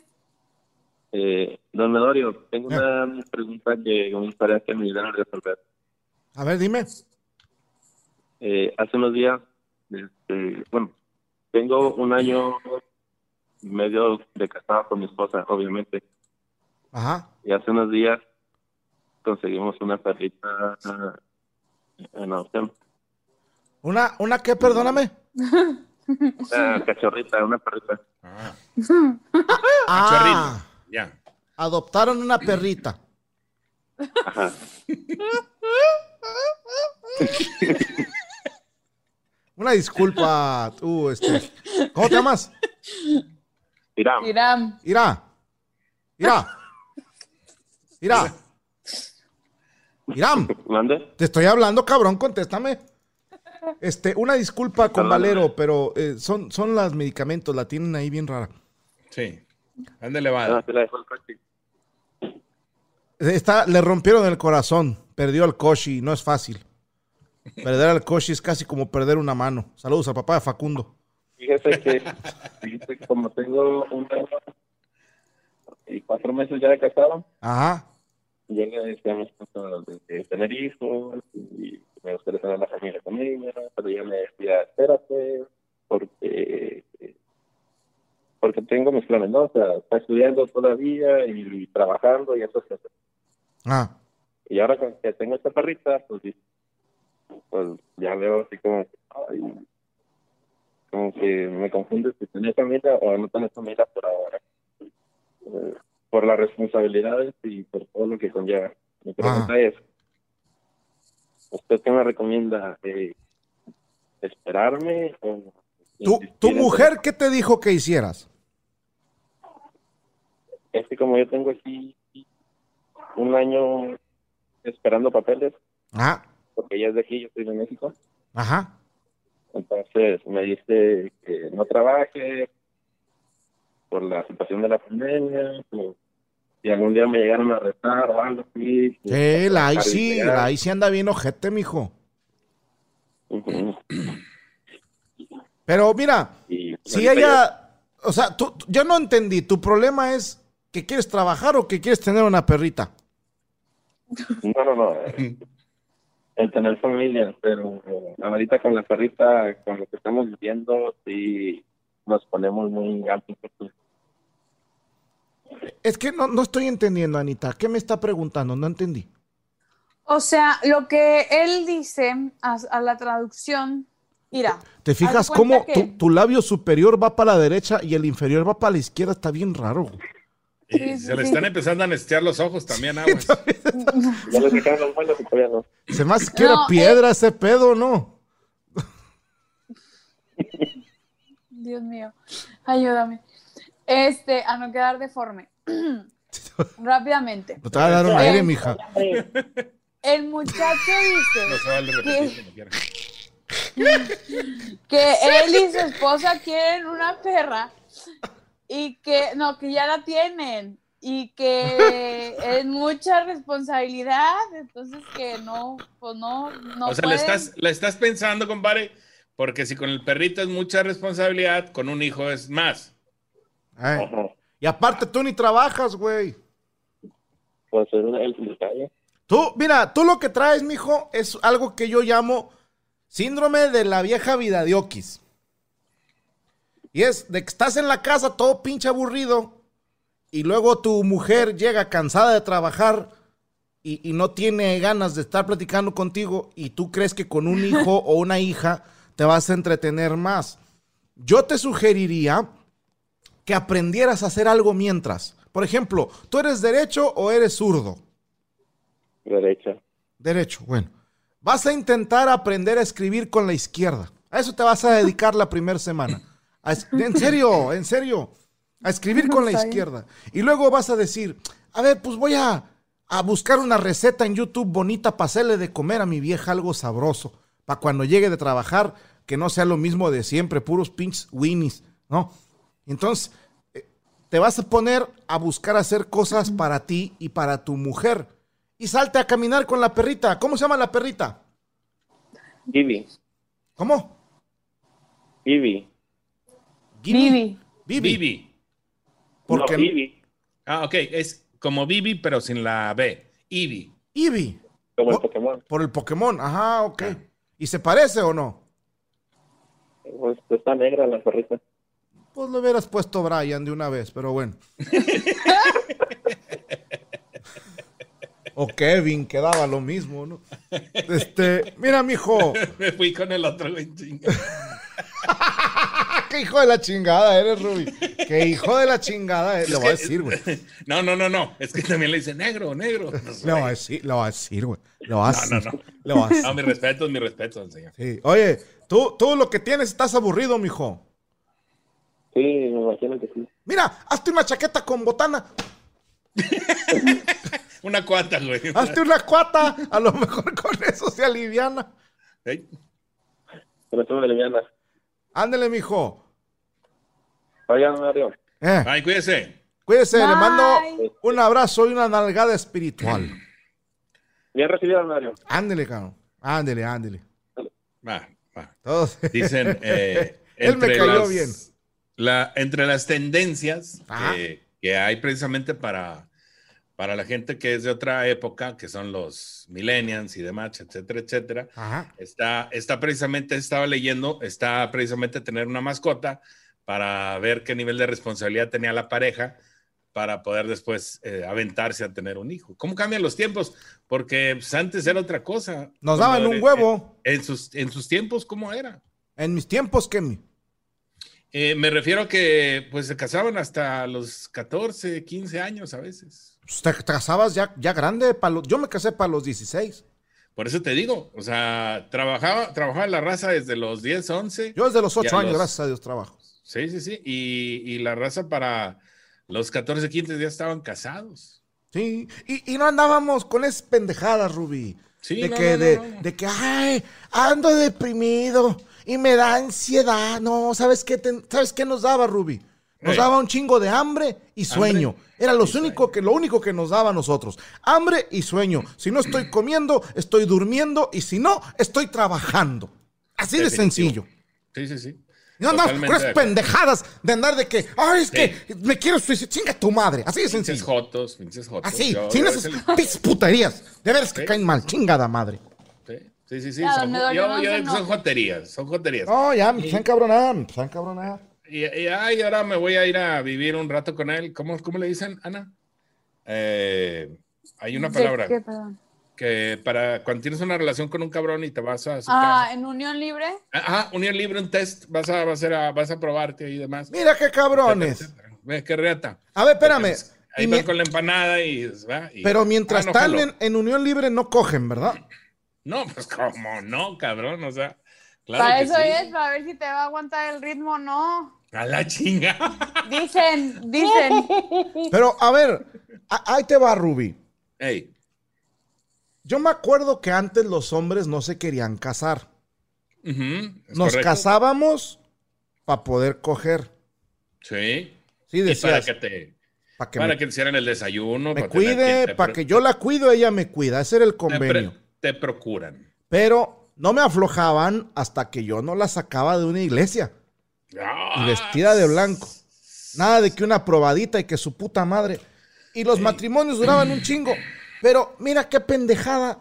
[SPEAKER 9] Eh, don Medorio, tengo
[SPEAKER 3] Eh.
[SPEAKER 9] una pregunta que me gustaría que me ayudaran a resolver.
[SPEAKER 3] A ver, dime.
[SPEAKER 9] Eh, hace unos días, este, bueno, tengo un año y medio de casado con mi esposa, obviamente,
[SPEAKER 3] Ajá.
[SPEAKER 9] y hace unos días conseguimos una perrita eh, en adopción,
[SPEAKER 3] Una, una que, perdóname.
[SPEAKER 9] una cachorrita, una perrita.
[SPEAKER 4] Ah,
[SPEAKER 3] Ah,
[SPEAKER 4] chorrito. Ya.
[SPEAKER 3] adoptaron una perrita.
[SPEAKER 9] Ajá.
[SPEAKER 3] Una disculpa, tú, este. ¿Cómo te llamas?
[SPEAKER 9] Mira,
[SPEAKER 5] Irán.
[SPEAKER 3] Irá. Irá. Irá. Irán,
[SPEAKER 9] mande.
[SPEAKER 3] te estoy hablando, cabrón, contéstame. Este, una disculpa con
[SPEAKER 9] Perdón.
[SPEAKER 3] Valero, pero eh, son, son las medicamentos, la tienen ahí bien rara.
[SPEAKER 4] Sí. Ándale, va. Eh,
[SPEAKER 9] Ah, se la dejó el coche.
[SPEAKER 3] Está, le rompieron el corazón, perdió al Koshi, no es fácil. Perder al Koshi es casi como perder una mano. Saludos al papá de Facundo.
[SPEAKER 9] Fíjese que, fíjese que como tengo un año y cuatro meses ya de casado,
[SPEAKER 3] Ajá.
[SPEAKER 9] yo le decía a mi esposa de, de tener hijos y me gustaría tener la familia con ella, pero ella me decía, espérate, porque, porque tengo mis planes, ¿no? O sea, está estudiando todavía y, trabajando y eso es
[SPEAKER 3] Ah.
[SPEAKER 9] Y ahora con que tengo esta perrita, pues, sí, pues ya veo así como, ay, como que me confunde si tener familia o no tener familia por ahora. Eh, por las responsabilidades y por todo lo que conlleva. Mi pregunta
[SPEAKER 3] Ajá.
[SPEAKER 9] es, ¿usted qué me recomienda? Eh, ¿Esperarme? O
[SPEAKER 3] ¿Tu,
[SPEAKER 9] insistir
[SPEAKER 3] tu
[SPEAKER 9] en-
[SPEAKER 3] mujer qué te dijo que hicieras?
[SPEAKER 9] Es que como yo tengo aquí un año esperando papeles,
[SPEAKER 3] Ajá.
[SPEAKER 9] porque ella es de aquí, yo estoy de México.
[SPEAKER 3] Ah, Ajá.
[SPEAKER 9] Entonces me dice que no trabaje por la situación de la pandemia, o si algún día me llegaron a arrestar o algo así. pues,
[SPEAKER 3] Sí, la ahí
[SPEAKER 9] para
[SPEAKER 3] sí,
[SPEAKER 9] llegar.
[SPEAKER 3] la ahí sí anda bien ojete, mijo.
[SPEAKER 9] Ujú.
[SPEAKER 3] Pero mira,
[SPEAKER 9] Y
[SPEAKER 3] si
[SPEAKER 9] ahorita
[SPEAKER 3] ella, o sea, tú, tú- yo no entendí, tu problema es que quieres trabajar o que quieres tener una perrita.
[SPEAKER 9] yo- No, no, no. eh, El tener familia, pero eh, ahorita con la perrita, con lo que estamos viviendo, sí nos ponemos muy altos.
[SPEAKER 3] Es que no, no estoy entendiendo, Anita. ¿Qué me está preguntando? No entendí.
[SPEAKER 5] O sea, lo que él dice a, a la traducción Mira.
[SPEAKER 3] ¿Te
[SPEAKER 5] haz de
[SPEAKER 3] fijas
[SPEAKER 5] cuenta
[SPEAKER 3] cómo
[SPEAKER 5] que-
[SPEAKER 3] tu, tu labio superior va para la derecha y el inferior va para la izquierda? Está bien raro.
[SPEAKER 4] Y
[SPEAKER 5] Sí, sí,
[SPEAKER 4] se le
[SPEAKER 5] sí.
[SPEAKER 4] están empezando a anestear los ojos también, ah, pues. aguas.
[SPEAKER 9] Ya le sacaron los muelos y todavía no.
[SPEAKER 3] Se me hace que era
[SPEAKER 5] No,
[SPEAKER 3] piedra ese pedo, ¿no?
[SPEAKER 5] Dios mío, ayúdame. Este, a no quedar deforme. Rápidamente.
[SPEAKER 3] No te va a dar un aire,
[SPEAKER 5] Eh,
[SPEAKER 3] mija.
[SPEAKER 5] El muchacho
[SPEAKER 4] No se
[SPEAKER 5] dice
[SPEAKER 4] vale repetir como quiera.
[SPEAKER 5] que él y su esposa quieren una perra y que, no, que ya la tienen y que es mucha responsabilidad, entonces que no, pues no, no.
[SPEAKER 4] o sea,
[SPEAKER 5] pueden.
[SPEAKER 4] la estás, la estás pensando, compadre, porque si con el perrito es mucha responsabilidad, con un hijo es más.
[SPEAKER 3] Ay.
[SPEAKER 9] Ajá.
[SPEAKER 3] Y aparte, tú ni trabajas, güey.
[SPEAKER 9] Pues es una- el detalle.
[SPEAKER 3] Tú, mira, tú lo que traes, mijo, es algo que yo llamo síndrome de la vieja vida de Oquis. Y es de que estás en la casa todo pinche aburrido y luego tu mujer llega cansada de trabajar y, y no tiene ganas de estar platicando contigo y tú crees que con un hijo o una hija te vas a entretener más. Yo te sugeriría que aprendieras a hacer algo mientras. Por ejemplo, ¿tú eres derecho o eres zurdo?
[SPEAKER 9] Derecha.
[SPEAKER 3] Derecho, bueno. Vas a intentar aprender a escribir con la izquierda. A eso te vas a dedicar la primera semana. A es- en serio, en serio. A escribir con la
[SPEAKER 5] Está bien.
[SPEAKER 3] izquierda. Y luego vas a decir, a ver, pues voy a, a buscar una receta en YouTube bonita para hacerle de comer a mi vieja algo sabroso. Para cuando llegue de trabajar, que no sea lo mismo de siempre, puros pinches winnies, ¿no? Entonces, eh, te vas a poner a buscar hacer cosas para ti y para tu mujer. Y salte a caminar con la perrita. ¿Cómo se llama la perrita?
[SPEAKER 9] Vivi.
[SPEAKER 3] ¿Cómo?
[SPEAKER 9] Vivi.
[SPEAKER 5] Vivi.
[SPEAKER 3] Vivi.
[SPEAKER 4] Vivi.
[SPEAKER 3] Porque
[SPEAKER 9] No, Vivi.
[SPEAKER 4] Ah, ok. Es como Vivi, pero sin la B. Ivi.
[SPEAKER 3] Ibi,
[SPEAKER 9] Como el
[SPEAKER 3] Oh.
[SPEAKER 9] Pokémon.
[SPEAKER 3] por el Pokémon. Ajá, ok. ¿Y se parece o no?
[SPEAKER 9] Pues, está negra la perrita.
[SPEAKER 3] Pues lo hubieras puesto Brian de una vez, pero bueno. o Kevin, quedaba lo mismo, ¿no? Este, mira, mijo.
[SPEAKER 4] Me fui con el otro, güey. chinga.
[SPEAKER 3] ¡Qué hijo de la chingada eres, Ruby! ¡Qué hijo de la chingada! eres! Le voy a decir, güey.
[SPEAKER 4] No, no, no, no. Es que también le dice negro, negro. No, sé.
[SPEAKER 3] Le voy a decir, le voy a decir, güey. Le voy a decir.
[SPEAKER 4] no, no.
[SPEAKER 3] Le voy a decir.
[SPEAKER 4] No, mi respeto, mi respeto, señor.
[SPEAKER 3] Sí. Oye, tú, tú lo que tienes estás aburrido, mijo.
[SPEAKER 9] Sí, me imagino que sí.
[SPEAKER 3] Mira, hazte una chaqueta con botana,
[SPEAKER 4] Una cuata, güey.
[SPEAKER 3] hazte una cuata, a lo mejor con eso se aliviana.
[SPEAKER 4] Ey,
[SPEAKER 9] Pero estuvo lesbiana.
[SPEAKER 3] Ándele, mijo.
[SPEAKER 9] Oigan, Mario.
[SPEAKER 3] Eh,
[SPEAKER 4] Ay, cuídese.
[SPEAKER 3] cuídese, le mando
[SPEAKER 5] Bye.
[SPEAKER 3] un abrazo y una nalgada espiritual.
[SPEAKER 9] Bien recibido, Mario.
[SPEAKER 3] Ándele, cabrón. Ándele, ándele.
[SPEAKER 4] Va, va.
[SPEAKER 3] Todos.
[SPEAKER 4] Dicen. eh,
[SPEAKER 3] Él me
[SPEAKER 4] entre
[SPEAKER 3] cayó
[SPEAKER 4] las-
[SPEAKER 3] bien.
[SPEAKER 4] la- entre las tendencias
[SPEAKER 3] Ajá.
[SPEAKER 4] que, que hay precisamente para, para la gente que es de otra época, que son los millennials y demás, etcétera, etcétera,
[SPEAKER 3] Ajá.
[SPEAKER 4] está, está precisamente, estaba leyendo, está precisamente tener una mascota para ver qué nivel de responsabilidad tenía la pareja para poder después eh, aventarse a tener un hijo. ¿Cómo cambian los tiempos? Porque pues, antes era otra cosa. Cuando
[SPEAKER 3] Nos daban
[SPEAKER 4] en-
[SPEAKER 3] un huevo.
[SPEAKER 4] En, en sus, en sus tiempos, ¿cómo era?
[SPEAKER 3] En mis tiempos, Kemi.
[SPEAKER 4] Eh, me refiero a que pues se casaban hasta los 14, 15 años a veces.
[SPEAKER 3] Pues, Te, te casabas ya, ya grande. pa' los- yo me casé para los 16.
[SPEAKER 4] Por eso te digo, o sea, trabajaba, trabajaba la raza desde los 10, 11.
[SPEAKER 3] Yo desde los
[SPEAKER 4] Ya
[SPEAKER 3] 8 años,
[SPEAKER 4] los-
[SPEAKER 3] gracias a Dios, trabajo.
[SPEAKER 4] Sí, sí, sí. Y, y la raza para los 14, 15 ya estaban casados.
[SPEAKER 3] Sí, y, y no andábamos con esas pendejadas, Ruby.
[SPEAKER 4] Sí,
[SPEAKER 3] de
[SPEAKER 4] no, no,
[SPEAKER 3] que,
[SPEAKER 4] no,
[SPEAKER 3] de,
[SPEAKER 4] no.
[SPEAKER 3] de que, ay, ando deprimido y me da ansiedad. No, ¿sabes qué, te- ¿sabes qué nos daba, Ruby? Nos
[SPEAKER 4] Eh.
[SPEAKER 3] daba un chingo de hambre y sueño. Era los
[SPEAKER 4] y
[SPEAKER 3] único que, lo único que nos daba a nosotros. Hambre y sueño. Si no estoy comiendo, estoy durmiendo y si no, estoy trabajando. Así de
[SPEAKER 4] Definitivo.
[SPEAKER 3] sencillo.
[SPEAKER 4] Sí, sí, sí.
[SPEAKER 3] No andamos
[SPEAKER 4] Totalmente
[SPEAKER 3] con
[SPEAKER 4] de
[SPEAKER 3] esas
[SPEAKER 4] acuerdo.
[SPEAKER 3] pendejadas de andar de que, ay, es
[SPEAKER 4] Sí.
[SPEAKER 3] que me quiero suicidar. Chinga tu madre. Así de
[SPEAKER 4] Pinches
[SPEAKER 3] sencillo. Ah,
[SPEAKER 4] jotos, pinches jotos.
[SPEAKER 3] Así,
[SPEAKER 4] Yo-
[SPEAKER 3] sin
[SPEAKER 4] yo a
[SPEAKER 3] esas
[SPEAKER 4] veces-
[SPEAKER 3] pinches puterías. De veras que
[SPEAKER 4] Sí.
[SPEAKER 3] caen mal, chingada madre.
[SPEAKER 4] Sí, sí, sí. sí,
[SPEAKER 5] Ya,
[SPEAKER 4] son,
[SPEAKER 5] me
[SPEAKER 4] jo-
[SPEAKER 5] dolió,
[SPEAKER 4] yo-
[SPEAKER 5] no,
[SPEAKER 4] yo-
[SPEAKER 5] eso no.
[SPEAKER 4] son joterías, son joterías.
[SPEAKER 3] No, ya, me están cabronando, están cabronando.
[SPEAKER 4] Y, y, ay, ahora me voy a ir a vivir un rato con él. ¿Cómo, cómo le dicen, Ana? Eh, hay una
[SPEAKER 5] ¿De
[SPEAKER 4] palabra.
[SPEAKER 5] qué, perdón?
[SPEAKER 4] que para cuando tienes una relación con un cabrón y te vas a su
[SPEAKER 5] Ah,
[SPEAKER 4] casa.
[SPEAKER 5] en Unión Libre.
[SPEAKER 4] Ajá, unión libre, un test, vas a, vas a, hacer a- vas a probarte y demás.
[SPEAKER 3] Mira qué cabrones.
[SPEAKER 4] Etcétera. Ve, qué reata.
[SPEAKER 3] A ver, espérame.
[SPEAKER 4] Entonces, Ahí
[SPEAKER 3] Y
[SPEAKER 4] van
[SPEAKER 3] mi-
[SPEAKER 4] con la empanada y, ¿va? Y-
[SPEAKER 3] Pero mientras
[SPEAKER 4] Ah, no,
[SPEAKER 3] están
[SPEAKER 4] jalo.
[SPEAKER 3] en, en Unión Libre no cogen, ¿verdad?
[SPEAKER 4] No, pues cómo no, cabrón, o sea. Claro
[SPEAKER 5] Para
[SPEAKER 4] que
[SPEAKER 5] eso
[SPEAKER 4] sí.
[SPEAKER 5] es, para ver si te va a aguantar el ritmo o no.
[SPEAKER 4] A la chinga.
[SPEAKER 5] Dicen, dicen.
[SPEAKER 3] Pero a ver, a- ahí te va, Ruby.
[SPEAKER 4] Ey,
[SPEAKER 3] Yo me acuerdo que antes los hombres no se querían casar.
[SPEAKER 4] ujú, es
[SPEAKER 3] Nos
[SPEAKER 4] correcto.
[SPEAKER 3] casábamos para poder coger.
[SPEAKER 4] Sí.
[SPEAKER 3] Sí,
[SPEAKER 4] Y para
[SPEAKER 3] decías.
[SPEAKER 4] que te,
[SPEAKER 3] para que
[SPEAKER 4] para
[SPEAKER 3] me,
[SPEAKER 4] que te hicieran el desayuno.
[SPEAKER 3] me
[SPEAKER 4] para tener quien
[SPEAKER 3] cuide,
[SPEAKER 4] te
[SPEAKER 3] para
[SPEAKER 4] pro-
[SPEAKER 3] que yo la cuido, ella me cuida. Ese era el
[SPEAKER 4] te pre-
[SPEAKER 3] convenio.
[SPEAKER 4] Te procuran.
[SPEAKER 3] Pero no me aflojaban hasta que yo no la sacaba de una iglesia.
[SPEAKER 4] Ah,
[SPEAKER 3] y vestida de blanco. Nada de que una probadita y que su puta madre. Y los matrimonios duraban un chingo. Pero mira qué pendejada.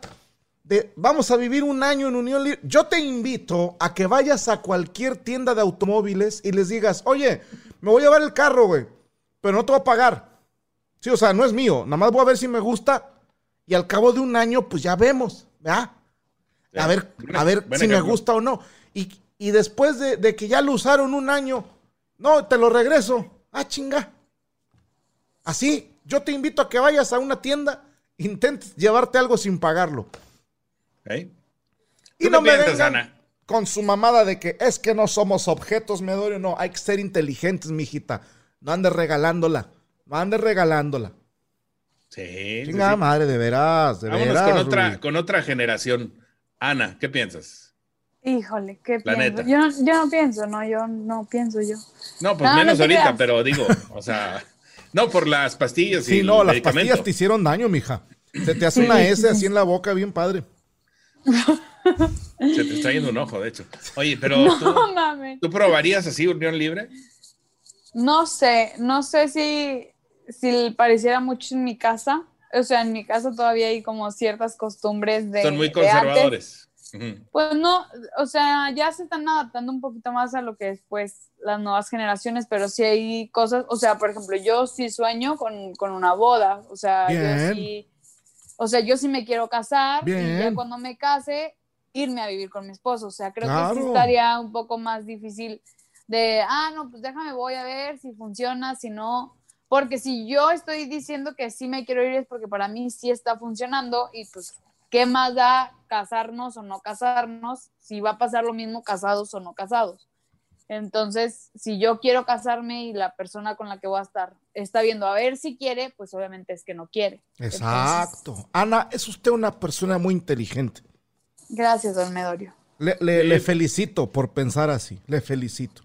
[SPEAKER 3] De, vamos a vivir un año en unión libre. Yo te invito a que vayas a cualquier tienda de automóviles y les digas, oye, me voy a llevar el carro, güey, pero no te voy a pagar. Sí, o sea, no es mío. Nada más voy a ver si me gusta. Y al cabo de un año, pues ya vemos, ¿verdad? A ver,
[SPEAKER 4] Buena-
[SPEAKER 3] a ver
[SPEAKER 4] buen
[SPEAKER 3] si me
[SPEAKER 4] ejemplo.
[SPEAKER 3] gusta o no. Y, y después de, de que ya lo usaron un año, no, te lo regreso. Ah, chinga. Así, yo te invito a que vayas a una tienda, intentes llevarte algo sin pagarlo.
[SPEAKER 4] ¿Eh?
[SPEAKER 3] Y
[SPEAKER 4] ¿Tú
[SPEAKER 3] no
[SPEAKER 4] qué
[SPEAKER 3] me
[SPEAKER 4] piensas,
[SPEAKER 3] vengan
[SPEAKER 4] Ana?
[SPEAKER 3] con su mamada de que es que no somos objetos, me doy no. Hay que ser inteligentes, mijita. No andes regalándola. No andes regalándola.
[SPEAKER 4] Sí. sí,
[SPEAKER 3] Chinga
[SPEAKER 4] sí.
[SPEAKER 3] madre, de veras, de
[SPEAKER 4] Vámonos
[SPEAKER 3] veras.
[SPEAKER 4] con otra,
[SPEAKER 3] Rubí.
[SPEAKER 4] con otra generación. Ana, ¿qué piensas?
[SPEAKER 5] Híjole, ¿qué
[SPEAKER 4] La neta.
[SPEAKER 5] pienso? Yo no, yo no pienso, no, yo no pienso yo.
[SPEAKER 4] No, pues
[SPEAKER 5] No, no
[SPEAKER 4] menos
[SPEAKER 5] te
[SPEAKER 4] ahorita,
[SPEAKER 5] creas.
[SPEAKER 4] pero digo, o sea, no por las pastillas y
[SPEAKER 3] Sí,
[SPEAKER 4] el
[SPEAKER 3] no, las
[SPEAKER 4] medicamento.
[SPEAKER 3] pastillas te hicieron daño, mija. Se te hace una S así en la boca, bien padre.
[SPEAKER 4] Se te está yendo un ojo, de hecho. Oye, pero
[SPEAKER 5] No
[SPEAKER 4] ¿tú,
[SPEAKER 5] mames.
[SPEAKER 4] tú probarías así unión libre?
[SPEAKER 5] No sé, no sé si, si pareciera mucho en mi casa. O sea, en mi casa todavía hay como ciertas costumbres de.
[SPEAKER 4] Son muy
[SPEAKER 5] de antes.
[SPEAKER 4] conservadores. Ujú.
[SPEAKER 5] Pues no, o sea, ya se están adaptando un poquito más a lo que después las nuevas generaciones, pero sí hay cosas, o sea, por ejemplo, yo sí sueño con, con una boda, o sea,
[SPEAKER 3] Bien.
[SPEAKER 5] yo sí, o sea, yo sí me quiero casar y
[SPEAKER 3] Bien.
[SPEAKER 5] ya cuando me case, irme a vivir con mi esposo, o sea, creo que
[SPEAKER 3] Claro.
[SPEAKER 5] sí estaría un poco más difícil de, ah, no, pues déjame, voy a ver si funciona, si no, porque si yo estoy diciendo que sí me quiero ir es porque para mí sí está funcionando y pues, ¿qué más da casarnos o no casarnos si va a pasar lo mismo casados o no casados? Entonces, si yo quiero casarme y la persona con la que voy a estar está viendo a ver si quiere, pues obviamente es que no quiere.
[SPEAKER 3] Exacto. Ana, es usted una persona muy inteligente.
[SPEAKER 5] Gracias, don Medorio.
[SPEAKER 3] Le, le-
[SPEAKER 4] Sí.
[SPEAKER 3] le felicito por pensar así. Le felicito.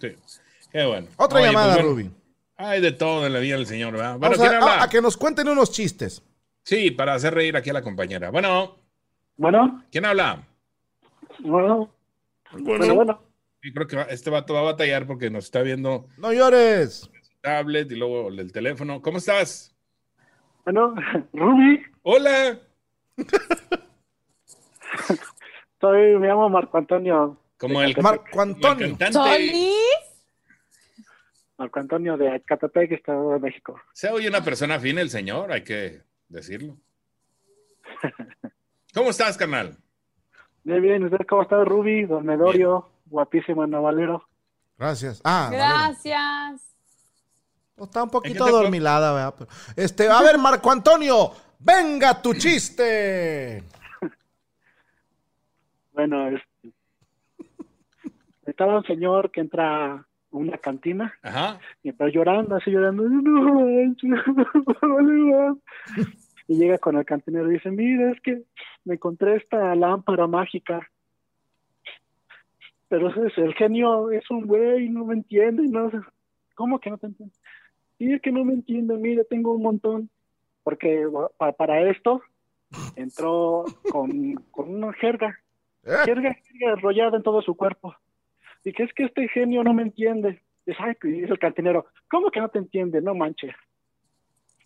[SPEAKER 4] Sí. Qué bueno.
[SPEAKER 3] Otra
[SPEAKER 4] Oye,
[SPEAKER 3] llamada,
[SPEAKER 4] pues bueno,
[SPEAKER 3] Ruby.
[SPEAKER 4] Hay de todo en la vida del señor, ¿verdad? Bueno,
[SPEAKER 3] Vamos
[SPEAKER 4] ¿quién
[SPEAKER 3] a,
[SPEAKER 4] habla?
[SPEAKER 3] a- a que nos cuenten unos chistes.
[SPEAKER 4] Sí, para hacer reír aquí a la compañera. Bueno,
[SPEAKER 10] Bueno,
[SPEAKER 4] ¿quién habla?
[SPEAKER 10] bueno, bueno, bueno.
[SPEAKER 4] Yo creo que va- este vato va a batallar porque nos está viendo
[SPEAKER 3] No llores.
[SPEAKER 4] tablet y luego el teléfono. ¿Cómo estás?
[SPEAKER 10] Bueno, Ruby,
[SPEAKER 4] Hola.
[SPEAKER 10] soy, me llamo Marco Antonio,
[SPEAKER 4] Como el,
[SPEAKER 3] Marco
[SPEAKER 4] como el
[SPEAKER 3] Antonio.
[SPEAKER 4] cantante.
[SPEAKER 5] ¿Solís?
[SPEAKER 10] Marco Antonio de Catepec, Estado de México.
[SPEAKER 4] Se oye una persona fina el señor, hay que decirlo. ¿Cómo estás, carnal?
[SPEAKER 10] Muy bien, ¿ustedes cómo están, Ruby? Don Medorio, guapísimo en Navalero.
[SPEAKER 3] Gracias. Ah, vale.
[SPEAKER 5] Gracias.
[SPEAKER 3] No, Está un
[SPEAKER 4] ¿En
[SPEAKER 3] poquito
[SPEAKER 4] qué te-
[SPEAKER 3] adormilada, ¿verdad? Pero- Este, a ver, Marco Antonio, venga tu chiste.
[SPEAKER 10] Bueno, este, estaba un señor que entra a una cantina
[SPEAKER 4] Ajá.
[SPEAKER 10] y está llorando, así llorando. "No manches, no vale más". y llega con el cantinero y dice: Mira, es que me encontré esta lámpara mágica. Pero ese es- el genio es un güey, no me entiende. y No, sé". ¿Cómo que no te entiende? Sí, es que no me entiende. Mira, tengo un montón. Porque bueno, pa- para esto entró con, con una jerga
[SPEAKER 3] Eh,
[SPEAKER 10] jerga, jerga enrollada en todo su cuerpo. Y que es que este genio no me entiende. Dice, "Ay", y dice el cantinero, ¿cómo que no te entiende? No manches.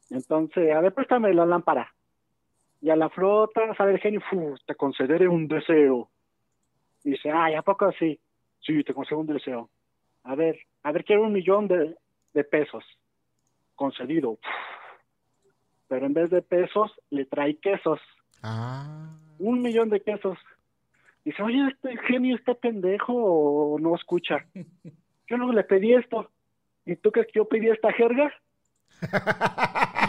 [SPEAKER 10] Entonces, a ver, préstame la lámpara. Y a la flota sale el genio, "Fu, te concederé un deseo. Y dice, ay, ¿a poco así? Sí, te concedo un deseo. A ver, a ver, quiero un millón de, de pesos. Concedido. pero en vez de pesos le trae quesos,
[SPEAKER 3] Ah.
[SPEAKER 10] un millón de quesos. Dice, oye, este genio está pendejo o no escucha. Yo luego le pedí esto. ¿Y tú crees que yo pedí esta jerga?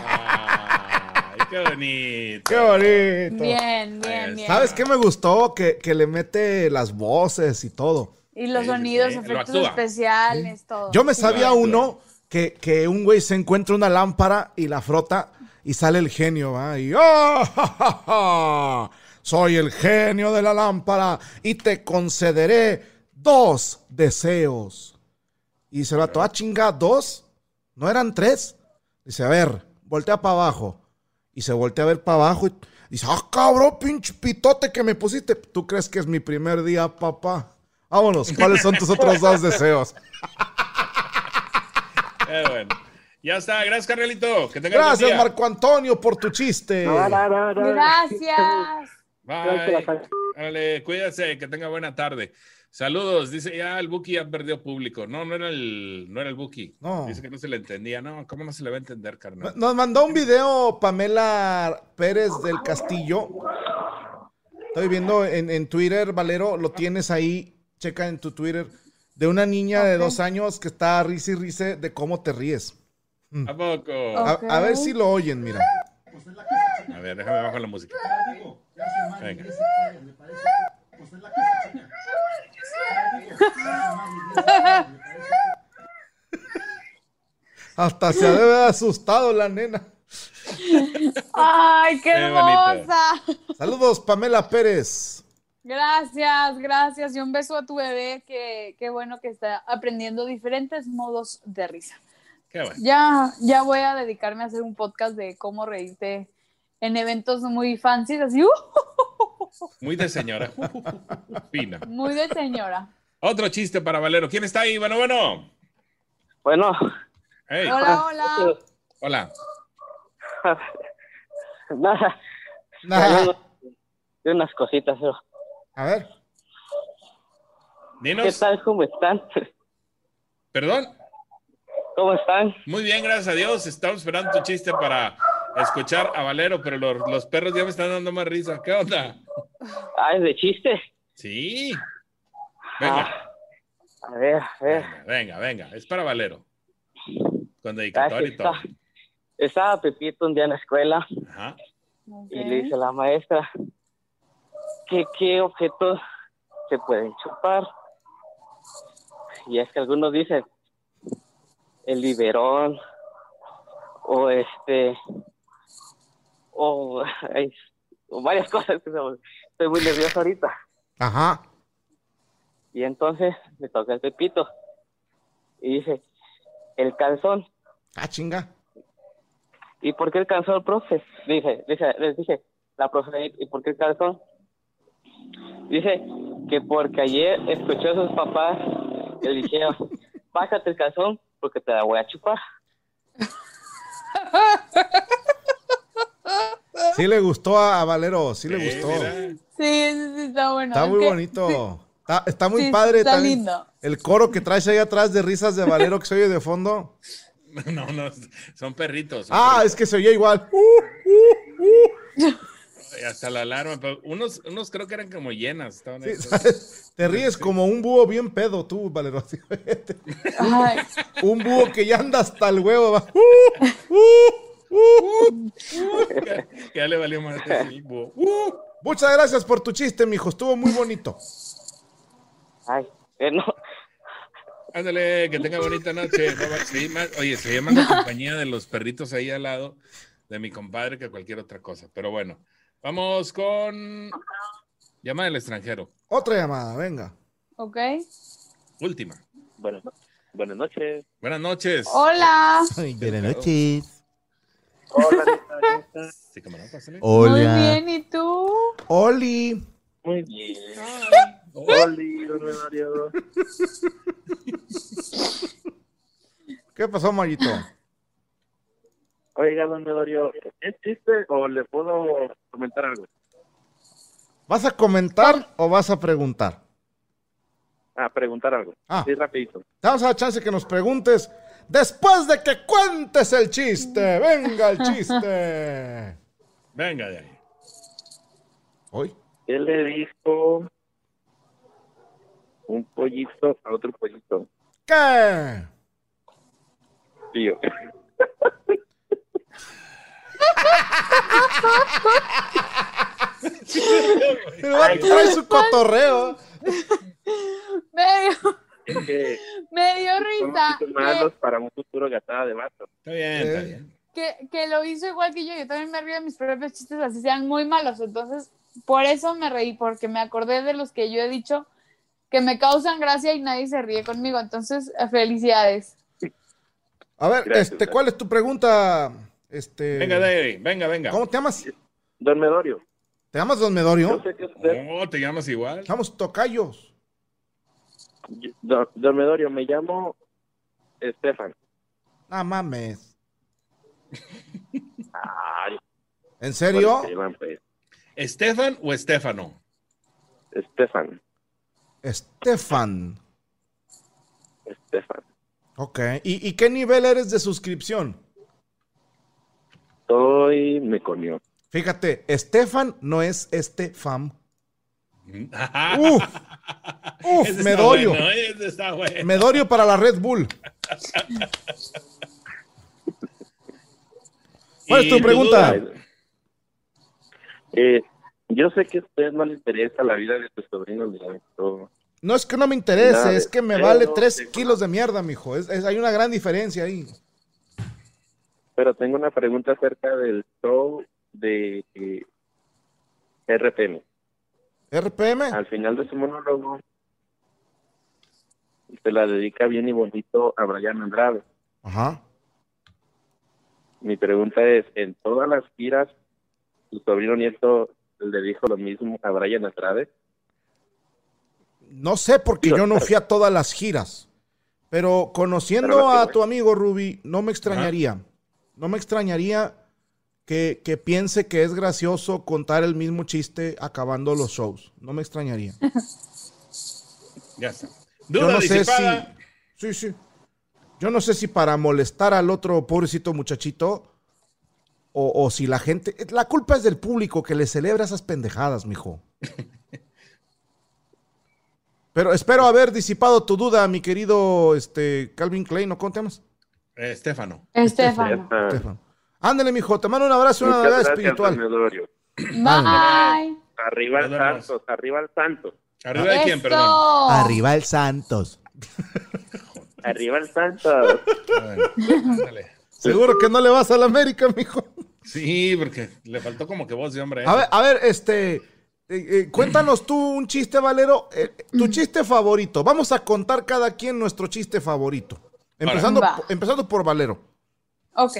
[SPEAKER 4] Ay, qué bonito.
[SPEAKER 3] ¡Qué bonito!
[SPEAKER 5] Bien,
[SPEAKER 4] Ahí
[SPEAKER 5] bien, bien.
[SPEAKER 4] está.
[SPEAKER 3] ¿Sabes qué me gustó? Que, que le mete las voces y todo.
[SPEAKER 5] Y los
[SPEAKER 4] Sí, sí,
[SPEAKER 5] sonidos,
[SPEAKER 4] sí. Lo
[SPEAKER 5] efectos
[SPEAKER 4] actúa.
[SPEAKER 5] especiales, todo.
[SPEAKER 3] Yo me sabía
[SPEAKER 4] claro.
[SPEAKER 3] uno que, que un güey se encuentra una lámpara y la frota y sale el genio, ¿va? Y ¡oh! ja, ja, ja! Soy el genio de la lámpara y te concederé dos deseos. Y se lo ató a "Ah, chinga, ¿dos? ¿No eran tres? Dice, a ver, voltea para abajo. Y se voltea a ver para abajo y dice, ah, cabrón, pinche pitote que me pusiste. ¿Tú crees que es mi primer día, papá? Vámonos, ¿cuáles son tus otros dos deseos?
[SPEAKER 4] Qué bueno. Ya está, gracias, Carnalito. Que tengas buen
[SPEAKER 3] Gracias,
[SPEAKER 4] día.
[SPEAKER 3] Marco Antonio, por tu chiste.
[SPEAKER 10] No, no, no, no.
[SPEAKER 5] Gracias.
[SPEAKER 10] Gracias,
[SPEAKER 4] Bye.
[SPEAKER 10] Rafael.
[SPEAKER 4] Dale, cuídase, que tenga buena tarde. Saludos, dice, ya el Buki ya perdió público. No, no era el, no era el Buki.
[SPEAKER 3] No.
[SPEAKER 4] Dice que no se le entendía. No, ¿cómo no se le va a entender, carnal?
[SPEAKER 3] Nos mandó un video Pamela Pérez del Castillo. Estoy viendo en, en Twitter, Valero, lo tienes ahí. Checa en tu Twitter. De una niña de dos años que está risa y risa de cómo te ríes.
[SPEAKER 4] ¿A poco?
[SPEAKER 3] A,
[SPEAKER 5] Ok.
[SPEAKER 3] a ver si lo oyen, mira.
[SPEAKER 4] A ver, déjame bajar la música. Venga.
[SPEAKER 3] Hasta se ha de haber asustado la nena.
[SPEAKER 5] Ay, qué
[SPEAKER 4] Qué bonito.
[SPEAKER 5] hermosa.
[SPEAKER 3] Saludos, Pamela Pérez.
[SPEAKER 5] Gracias, gracias. Y un beso a tu bebé, que qué bueno que está aprendiendo diferentes modos de risa.
[SPEAKER 4] Qué bueno.
[SPEAKER 5] Ya, ya voy a dedicarme a hacer un podcast de cómo reírte en eventos muy fancy, así, ¡uh!
[SPEAKER 4] Muy de señora. Fina.
[SPEAKER 5] muy de señora.
[SPEAKER 4] Otro chiste para Valero. ¿Quién está ahí? Bueno, bueno.
[SPEAKER 9] Bueno, eh,
[SPEAKER 4] Hey,
[SPEAKER 5] Hola, hola.
[SPEAKER 4] hola.
[SPEAKER 9] nada,
[SPEAKER 3] Nah.
[SPEAKER 9] de unas cositas. ¿no?
[SPEAKER 3] A ver.
[SPEAKER 9] ¿Qué
[SPEAKER 4] Dinos.
[SPEAKER 9] tal? ¿Cómo están?
[SPEAKER 4] Perdón.
[SPEAKER 9] ¿Cómo están?
[SPEAKER 4] Muy bien, gracias a Dios. Estamos esperando tu chiste para escuchar a Valero, pero los, los perros ya me están dando más risa. ¿Qué onda?
[SPEAKER 9] Ah, es de chiste.
[SPEAKER 4] Sí. Venga,
[SPEAKER 9] Ah, eh. a ver, a ver.
[SPEAKER 4] venga, venga, venga. Es para Valero. Con
[SPEAKER 9] Ah,
[SPEAKER 4] dedicatoria
[SPEAKER 9] que
[SPEAKER 4] y todo.
[SPEAKER 9] está- Estaba Pepito un día en la escuela
[SPEAKER 4] Ajá.
[SPEAKER 9] y le dice a la maestra que qué objetos se pueden chupar. Y es que algunos dicen el biberón o este o, ay, o varias cosas que se me- estoy muy nervioso ahorita.
[SPEAKER 3] Ajá.
[SPEAKER 9] Y entonces me toca el Pepito y dice el calzón.
[SPEAKER 3] Ah, chinga.
[SPEAKER 9] ¿Y por qué el calzón, profe? Dije, dije, les dije, la profe, ¿y por qué el calzón? Dice que porque ayer escuchó a sus papás que le dijeron, bájate el calzón porque te la voy a chupar.
[SPEAKER 3] Sí le gustó a, a Valero, sí le
[SPEAKER 4] Eh,
[SPEAKER 3] gustó.
[SPEAKER 4] mira.
[SPEAKER 5] Sí, sí, sí, está bueno.
[SPEAKER 3] Está
[SPEAKER 5] Es
[SPEAKER 3] muy
[SPEAKER 5] que-
[SPEAKER 3] bonito. Está, está muy
[SPEAKER 5] Sí,
[SPEAKER 3] padre
[SPEAKER 5] está
[SPEAKER 3] también.
[SPEAKER 5] lindo.
[SPEAKER 3] El coro que traes ahí atrás de risas de Valero que se oye de fondo.
[SPEAKER 4] No, no, son perritos. son
[SPEAKER 3] Ah, es
[SPEAKER 4] perritos.
[SPEAKER 3] que se oye igual.
[SPEAKER 4] Hasta la alarma. pero unos, unos creo que eran como llenas. estaban ahí
[SPEAKER 3] Sí,
[SPEAKER 4] todas.
[SPEAKER 3] ¿sabes? Te ríes como un búho bien pedo tú, Valero. Así, vete.
[SPEAKER 5] Ay,
[SPEAKER 3] Un búho que ya anda hasta el huevo. va.
[SPEAKER 4] Ya- ya le valió más. el búho. Uh,
[SPEAKER 3] Muchas gracias por tu chiste, mijo. Estuvo muy bonito.
[SPEAKER 9] Ay, eh, no.
[SPEAKER 4] Ándale, que tenga bonita noche. Bye, bye. Sí, ma- oye, se llama la compañía de los perritos ahí al lado de mi compadre que cualquier otra cosa. Pero bueno, vamos con llama del extranjero.
[SPEAKER 3] Otra llamada, venga.
[SPEAKER 5] ok.
[SPEAKER 4] Última.
[SPEAKER 9] Bueno, buenas noches.
[SPEAKER 4] Buenas noches.
[SPEAKER 5] Hola.
[SPEAKER 11] Buenas noches.
[SPEAKER 9] Hola, ¿cómo estás?
[SPEAKER 4] Sí, camarada, pásale.
[SPEAKER 11] Hola.
[SPEAKER 5] Muy bien, ¿y tú?
[SPEAKER 3] Oli.
[SPEAKER 9] Muy bien.
[SPEAKER 4] Oh,
[SPEAKER 9] Oli, don Mario.
[SPEAKER 3] ¿Qué pasó, Mayito?
[SPEAKER 9] Oiga, don Medorio, ¿es chiste o le puedo comentar algo?
[SPEAKER 3] ¿Vas a comentar o vas a preguntar?
[SPEAKER 9] Ah, preguntar algo.
[SPEAKER 3] Ah.
[SPEAKER 9] Sí, rapidito.
[SPEAKER 3] Te damos la chance que nos preguntes Después de que cuentes el chiste, venga el chiste.
[SPEAKER 4] Venga de ahí.
[SPEAKER 3] Hoy,
[SPEAKER 9] ¿Qué le dijo un pollito a otro pollito?
[SPEAKER 3] ¿qué?
[SPEAKER 9] Tío.
[SPEAKER 3] El vato trae su cotorreo.
[SPEAKER 5] Me dio,
[SPEAKER 9] Es que
[SPEAKER 5] me dio
[SPEAKER 9] somos
[SPEAKER 5] risa
[SPEAKER 9] hijos malos
[SPEAKER 5] que,
[SPEAKER 9] para un futuro gatada de vato.
[SPEAKER 4] Está bien,
[SPEAKER 3] Eh,
[SPEAKER 4] está bien.
[SPEAKER 5] que- que lo hizo igual que yo. Yo también me río de mis propios chistes, así sean muy malos. Entonces, por eso me reí, porque me acordé de los que yo he dicho que me causan gracia y nadie se ríe conmigo. Entonces, felicidades.
[SPEAKER 3] A ver,
[SPEAKER 9] Gracias,
[SPEAKER 3] este, ¿cuál es tu pregunta? Este,
[SPEAKER 4] Venga de ahí, venga, venga.
[SPEAKER 3] ¿Cómo te llamas?
[SPEAKER 9] Don Medorio,
[SPEAKER 3] ¿Te llamas Don Medorio?
[SPEAKER 9] yo sé que usted...
[SPEAKER 4] Oh, ¿Te llamas igual?
[SPEAKER 3] Estamos tocayos.
[SPEAKER 9] yo- Don, don Medorio, me llamo Estefan.
[SPEAKER 3] No mames.
[SPEAKER 9] Ay,
[SPEAKER 3] ¿En
[SPEAKER 9] ¿cómo
[SPEAKER 3] serio?
[SPEAKER 9] se llaman, pues?
[SPEAKER 4] ¿Estefan o Estefano?
[SPEAKER 9] Estefan,
[SPEAKER 3] Estefan.
[SPEAKER 9] Estefan.
[SPEAKER 3] Ok. ¿Y, y qué nivel eres de suscripción?
[SPEAKER 9] Soy meconio.
[SPEAKER 3] Fíjate, Estefan no es Estefan. Uf,
[SPEAKER 4] Mm, Uf,
[SPEAKER 3] uf, Medorio.
[SPEAKER 4] está bueno.
[SPEAKER 3] Medorio para la Red Bull. ¿Cuál es
[SPEAKER 4] ¿Y
[SPEAKER 3] tu pregunta?
[SPEAKER 4] duda?
[SPEAKER 9] Eh, yo sé que a usted no le interesa la vida de sus sobrinos, ni esto.
[SPEAKER 3] No es que no me interese,
[SPEAKER 9] Nada,
[SPEAKER 3] es que me
[SPEAKER 9] pero
[SPEAKER 3] vale
[SPEAKER 9] no
[SPEAKER 3] tres
[SPEAKER 9] te-
[SPEAKER 3] kilos de mierda, mijo. Es, es- hay una gran diferencia ahí.
[SPEAKER 9] pero tengo una pregunta acerca del show de eh, RPM.
[SPEAKER 3] RPM.
[SPEAKER 9] Al final de su monólogo, se la dedica bien y bonito a Brian Andrade.
[SPEAKER 3] Ajá.
[SPEAKER 9] Mi pregunta es, en todas las giras, su sobrino nieto le dijo lo mismo a Brian Andrade.
[SPEAKER 3] No sé porque yo no fui a todas las giras. Pero conociendo
[SPEAKER 9] Pero no te
[SPEAKER 3] a
[SPEAKER 9] voy.
[SPEAKER 3] tu amigo Ruby, no me extrañaría. No me extrañaría que, que piense que es gracioso contar el mismo chiste acabando los shows. No me extrañaría.
[SPEAKER 4] Ya está.
[SPEAKER 3] Yo
[SPEAKER 4] Duda
[SPEAKER 3] no sé si.
[SPEAKER 4] disipada.
[SPEAKER 3] Sí, sí. Yo no sé si para molestar al otro pobrecito muchachito o, o si la gente. La culpa es del público que le celebra esas pendejadas, mijo. Pero espero haber disipado tu duda, mi querido este, Calvin Klein, ¿o cómo te llamas?
[SPEAKER 4] Eh, Estefano.
[SPEAKER 5] Estefano.
[SPEAKER 9] Esta-
[SPEAKER 3] Stefan. Ándale, mijo, te mando un abrazo y una
[SPEAKER 9] Ah. Muchas
[SPEAKER 3] Navidad
[SPEAKER 9] gracias,
[SPEAKER 3] espiritual.
[SPEAKER 9] don Edorio.
[SPEAKER 5] Bye.
[SPEAKER 9] Arriba el
[SPEAKER 4] Nos vemos.
[SPEAKER 9] Santos, arriba el Santos,
[SPEAKER 4] ¿Arriba de quién, perdón?
[SPEAKER 5] Eso.
[SPEAKER 3] el Santos.
[SPEAKER 9] arriba el Santos.
[SPEAKER 4] Ándale.
[SPEAKER 3] Seguro que no le vas a la América, mijo.
[SPEAKER 4] Sí, porque le faltó como que voz de hombre. ¿eh?
[SPEAKER 3] A ver, a ver, este. eh, eh, cuéntanos tú un chiste, Valero. eh, tu chiste favorito. Vamos a contar cada quien nuestro chiste favorito. Empezando,
[SPEAKER 5] Va.
[SPEAKER 3] po- empezando por Valero.
[SPEAKER 5] Ok.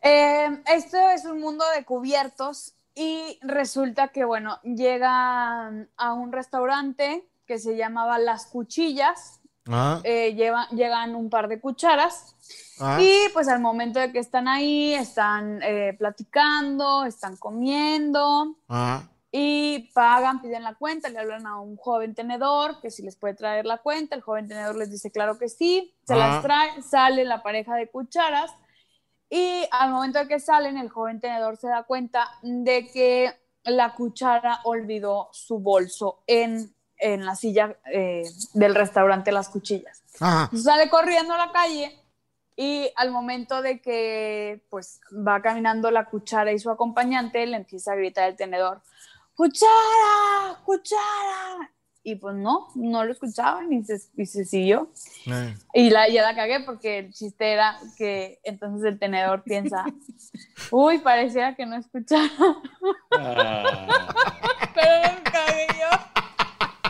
[SPEAKER 5] Eh, esto es un mundo de cubiertos y resulta que, bueno, llegan a un restaurante que se llamaba Las Cuchillas,
[SPEAKER 3] Ah,
[SPEAKER 5] eh, lleva- llegan un par de cucharas
[SPEAKER 3] ah,
[SPEAKER 5] y pues al momento de que están ahí, están eh, platicando, están comiendo
[SPEAKER 3] ah.
[SPEAKER 5] y pagan, piden la cuenta, le hablan a un joven tenedor que si les puede traer la cuenta, el joven tenedor les dice claro que sí, se
[SPEAKER 3] Ah.
[SPEAKER 5] las trae, sale la pareja de cucharas y al momento de que salen el joven tenedor se da cuenta de que la cuchara olvidó su bolso en, en la silla eh, del restaurante Las Cuchillas.
[SPEAKER 3] ah.
[SPEAKER 5] pues, Sale corriendo a la calle y al momento de que pues va caminando la cuchara y su acompañante le empieza a gritar el tenedor, cuchara, cuchara. Y pues no, no lo escuchaban y se, y se siguió.
[SPEAKER 3] eh.
[SPEAKER 5] Y la, ya la cagué porque el chiste era que entonces el tenedor piensa, uy, pareciera que no escuchaba,
[SPEAKER 4] Ah.
[SPEAKER 5] pero lo cagué yo.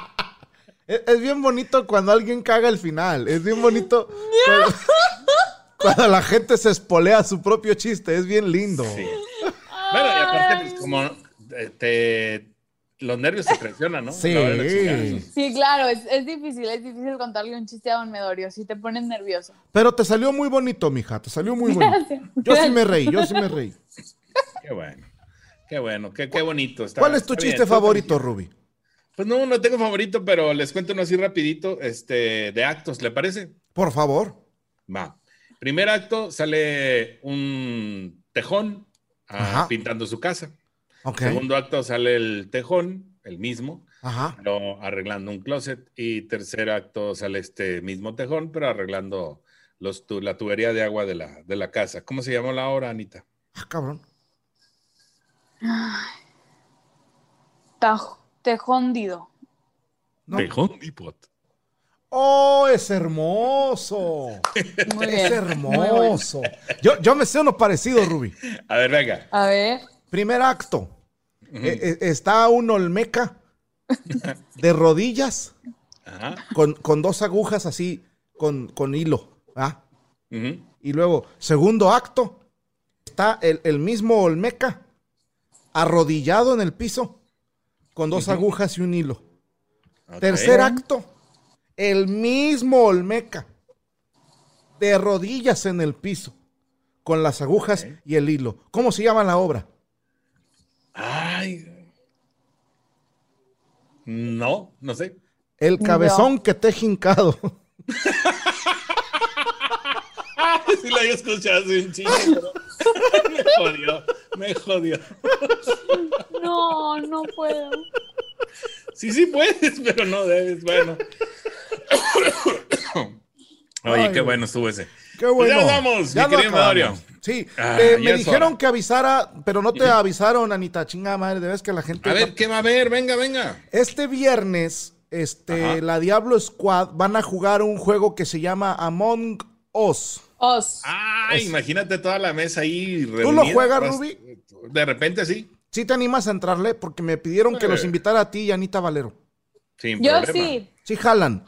[SPEAKER 3] Es, es bien bonito cuando alguien caga el final. Es bien bonito. Cuando, cuando la gente se espolea su propio chiste. Es bien lindo.
[SPEAKER 4] Sí. Bueno, y aparte,
[SPEAKER 5] Ay.
[SPEAKER 4] pues, como eh, te, los nervios te traicionan, ¿no?
[SPEAKER 3] Sí.
[SPEAKER 4] La hora de los chingazos.
[SPEAKER 5] Sí, claro, es, es difícil, es difícil contarle un chiste a Don Medorio, si te pones nervioso.
[SPEAKER 3] Pero te salió muy bonito, mija. Te salió muy bonito.
[SPEAKER 5] Gracias.
[SPEAKER 3] Yo sí me reí, yo sí me reí.
[SPEAKER 4] Qué bueno. Qué bueno, qué, qué bonito está.
[SPEAKER 3] ¿Cuál es tu
[SPEAKER 4] Está bien,
[SPEAKER 3] chiste
[SPEAKER 4] está
[SPEAKER 3] favorito,
[SPEAKER 4] bien.
[SPEAKER 3] Ruby?
[SPEAKER 4] Pues no, no tengo favorito, pero les cuento uno así rapidito, este, de actos, ¿le parece?
[SPEAKER 3] Por favor.
[SPEAKER 4] Va. Primer acto, sale un tejón ah,
[SPEAKER 3] Ajá.
[SPEAKER 4] pintando su casa.
[SPEAKER 3] Ok.
[SPEAKER 4] Segundo acto, sale el tejón, el mismo,
[SPEAKER 3] Ajá.
[SPEAKER 4] pero arreglando un closet. Y tercer acto, sale este mismo tejón, pero arreglando los tu- la tubería de agua de la, de la casa. ¿Cómo se llamó la obra, Anita?
[SPEAKER 3] Ah, cabrón.
[SPEAKER 5] Taj- tejóndido.
[SPEAKER 3] No.
[SPEAKER 4] Tejón Depot.
[SPEAKER 3] ¡Oh, es hermoso!
[SPEAKER 5] Muy
[SPEAKER 3] Es
[SPEAKER 5] bien. muy bueno.
[SPEAKER 3] hermoso. Yo, yo me sé uno parecido, Ruby.
[SPEAKER 4] A ver, venga.
[SPEAKER 5] A ver.
[SPEAKER 3] Primer acto. Eh, eh, está un olmeca de rodillas
[SPEAKER 4] Ajá.
[SPEAKER 3] con, con dos agujas así, con, con hilo. ¿verdad?
[SPEAKER 4] Ujú.
[SPEAKER 3] Y luego, segundo acto, está el, el mismo Olmeca arrodillado en el piso con dos agujas y un hilo.
[SPEAKER 4] Ok.
[SPEAKER 3] Tercer acto, el mismo Olmeca de rodillas en el piso con las agujas
[SPEAKER 4] Ok.
[SPEAKER 3] y el hilo. ¿Cómo se llama la obra?
[SPEAKER 4] Ay. No, no sé.
[SPEAKER 3] El cabezón que te he jincado.
[SPEAKER 4] Sí la había escuchado hace un chingo, pero me jodió, me jodió.
[SPEAKER 5] No, no puedo.
[SPEAKER 4] Sí, sí puedes, pero no debes, bueno. Oye,
[SPEAKER 3] Ay,
[SPEAKER 4] qué
[SPEAKER 3] güey.
[SPEAKER 4] bueno estuvo ese.
[SPEAKER 3] ¡Qué
[SPEAKER 4] Pues
[SPEAKER 3] bueno!
[SPEAKER 4] ya nos vamos, mi
[SPEAKER 3] no
[SPEAKER 4] querido
[SPEAKER 3] acabamos.
[SPEAKER 4] Mario.
[SPEAKER 3] Sí,
[SPEAKER 4] Ah,
[SPEAKER 3] eh,
[SPEAKER 4] ya
[SPEAKER 3] me
[SPEAKER 4] es
[SPEAKER 3] dijeron
[SPEAKER 4] hora.
[SPEAKER 3] que avisara, pero no te avisaron, Anita, chingada madre. Debes que la gente...
[SPEAKER 4] A ver, ¿qué va a haber? Venga, venga.
[SPEAKER 3] Este viernes, este,
[SPEAKER 4] Ajá.
[SPEAKER 3] la Diablo Squad van a jugar un juego que se llama Among Us.
[SPEAKER 5] Os.
[SPEAKER 4] Ah, Ay, imagínate toda la mesa ahí reunida.
[SPEAKER 3] juegas,
[SPEAKER 4] Vas-
[SPEAKER 3] Ruby?
[SPEAKER 4] De repente sí,
[SPEAKER 3] ¿Sí te animas a entrarle? Porque me pidieron que
[SPEAKER 4] Eh.
[SPEAKER 3] los invitara a ti y a Anita Valero.
[SPEAKER 4] sin
[SPEAKER 5] Yo
[SPEAKER 4] problema.
[SPEAKER 5] sí.
[SPEAKER 3] Sí, jalan.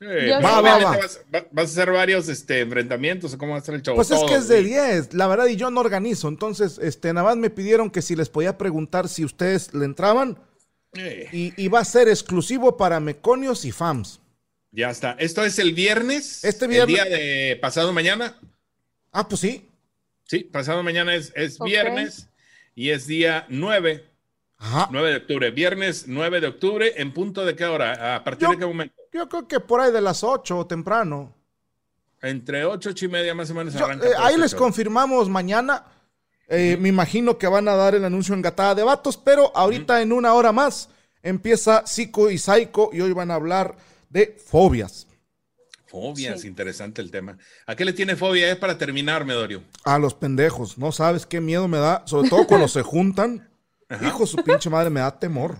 [SPEAKER 4] Eh,
[SPEAKER 5] Yo
[SPEAKER 4] pero
[SPEAKER 5] sí.
[SPEAKER 4] obviamente
[SPEAKER 3] Va, va, va.
[SPEAKER 4] Vas, va- vas a hacer varios este, enfrentamientos, o ¿cómo va a estar el show?
[SPEAKER 3] Pues es
[SPEAKER 4] Todo,
[SPEAKER 3] que es de
[SPEAKER 4] sí.
[SPEAKER 3] 10, la verdad, y yo no organizo. Entonces, este, nada más me pidieron que si les podía preguntar si ustedes le entraban.
[SPEAKER 4] Eh.
[SPEAKER 3] Y, y va a ser exclusivo para meconios y fams.
[SPEAKER 4] Ya está. Esto es el viernes.
[SPEAKER 3] Este viernes.
[SPEAKER 4] El día de pasado mañana.
[SPEAKER 3] Ah, pues sí.
[SPEAKER 4] Sí, pasado mañana es, es
[SPEAKER 5] Ok.
[SPEAKER 4] viernes y es día 9,
[SPEAKER 3] Ajá.
[SPEAKER 4] 9 de octubre. Viernes 9 de octubre, ¿en punto de qué hora? ¿A partir
[SPEAKER 3] Yo-
[SPEAKER 4] de qué momento?
[SPEAKER 3] Yo creo que por ahí de las 8 o temprano.
[SPEAKER 4] Entre 8, 8 y media más o menos
[SPEAKER 3] Yo,
[SPEAKER 4] arranca
[SPEAKER 3] eh,
[SPEAKER 4] todo
[SPEAKER 3] ahí
[SPEAKER 4] este
[SPEAKER 3] les
[SPEAKER 4] show.
[SPEAKER 3] confirmamos mañana. Eh, Me imagino que van a dar el anuncio en Gatada de Vatos, pero ahorita en una hora más empieza Psico y Psycho y hoy van a hablar de fobias.
[SPEAKER 4] Fobias,
[SPEAKER 5] Sí.
[SPEAKER 4] interesante el tema. ¿A qué le tiene fobia? Es para terminar, Medorio.
[SPEAKER 3] A los pendejos, no sabes qué miedo me da, sobre todo cuando se juntan. Hijo, su pinche madre me da temor.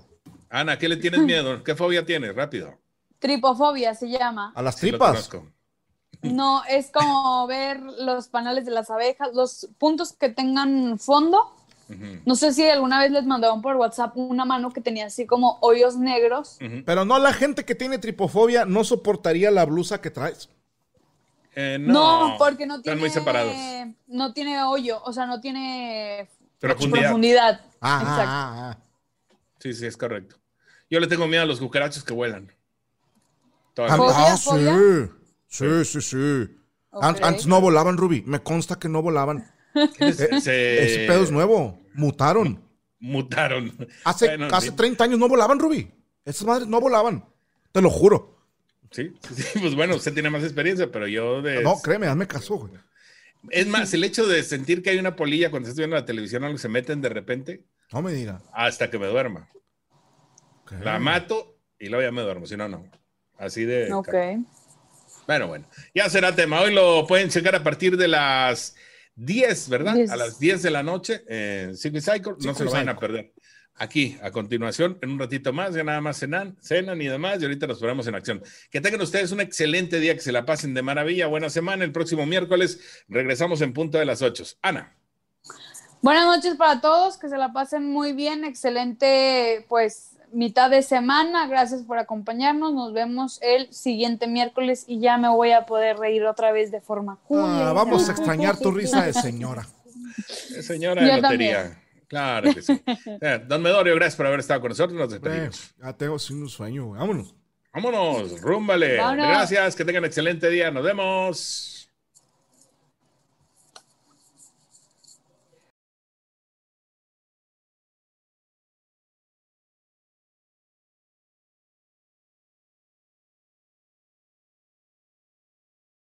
[SPEAKER 4] Ana, ¿a qué le tienes miedo? ¿Qué fobia tienes? Rápido.
[SPEAKER 5] Tripofobia se llama.
[SPEAKER 3] A las
[SPEAKER 4] Sí lo
[SPEAKER 3] tripas.
[SPEAKER 4] conozco.
[SPEAKER 5] No, es como ver los panales de las abejas, los puntos que tengan fondo.
[SPEAKER 4] Ujú,
[SPEAKER 5] No sé si alguna vez les mandaban por WhatsApp una mano que tenía así como hoyos negros.
[SPEAKER 4] ujú.
[SPEAKER 3] Pero no, la gente que tiene tripofobia no soportaría la blusa que traes.
[SPEAKER 4] Eh,
[SPEAKER 5] No, porque no tiene.
[SPEAKER 4] Están muy separados.
[SPEAKER 5] No tiene hoyo, o sea, no tiene
[SPEAKER 4] Profundidad.
[SPEAKER 5] profundidad.
[SPEAKER 3] Ah,
[SPEAKER 5] Exacto.
[SPEAKER 3] ah, ah, ah.
[SPEAKER 4] Sí, sí, es correcto. Yo le tengo miedo a los cucarachos que vuelan.
[SPEAKER 3] Ah,
[SPEAKER 4] Todavía.
[SPEAKER 5] ¿Fobia,
[SPEAKER 3] ah, sí.
[SPEAKER 5] fobia?
[SPEAKER 3] Sí, sí, sí. An-
[SPEAKER 5] Ok.
[SPEAKER 3] Antes no volaban, Ruby. Me consta que no volaban. eh,
[SPEAKER 4] Se- se-
[SPEAKER 3] Ese pedo es nuevo. Mutaron.
[SPEAKER 4] Mutaron.
[SPEAKER 3] Hace,
[SPEAKER 4] Bueno,
[SPEAKER 3] hace
[SPEAKER 4] sí,
[SPEAKER 3] 30 años no volaban, Ruby. Esas madres no volaban. Te lo juro.
[SPEAKER 4] sí, sí, pues bueno, usted tiene más experiencia, pero yo de.
[SPEAKER 3] No, créeme, hazme caso, güey.
[SPEAKER 4] Es más, el hecho de sentir que hay una polilla cuando estás viendo la televisión, algo se meten de repente
[SPEAKER 3] No me digas.
[SPEAKER 4] hasta que me duerma.
[SPEAKER 3] Ah.
[SPEAKER 4] La mato y luego ya me duermo, si no, no. Así de.
[SPEAKER 5] Ok.
[SPEAKER 4] Bueno, bueno. Ya será tema. Hoy lo pueden checar a partir de las 10, ¿verdad?
[SPEAKER 5] Diez.
[SPEAKER 4] A las 10 de la noche en Circuit Cycle. No
[SPEAKER 3] Circuit
[SPEAKER 4] se lo vayan a
[SPEAKER 3] Cycle.
[SPEAKER 4] perder. Aquí, a continuación, en un ratito más, ya nada más cenan, cenan y demás, y ahorita nos ponemos en acción. Que tengan ustedes un excelente día, que se la pasen de maravilla. Buena semana. El próximo miércoles regresamos en punto de las 8. Ana.
[SPEAKER 5] Buenas noches para todos, que se la pasen muy bien, excelente pues mitad de semana, gracias por acompañarnos, nos vemos el siguiente miércoles y ya me voy a poder reír otra vez de forma cool.
[SPEAKER 3] Ah, vamos a extrañar tu risa de señora.
[SPEAKER 4] eh, Señora de
[SPEAKER 5] Yo
[SPEAKER 4] lotería. Claro que sí. Eh, Don Medorio, gracias por haber estado con nosotros. Nos
[SPEAKER 3] Güey,
[SPEAKER 4] despedimos.
[SPEAKER 3] ya tengo sin un sueño, güey. Vámonos.
[SPEAKER 4] Vámonos, rúmbale.
[SPEAKER 5] Vámonos.
[SPEAKER 4] Gracias, que tengan excelente día. Nos vemos.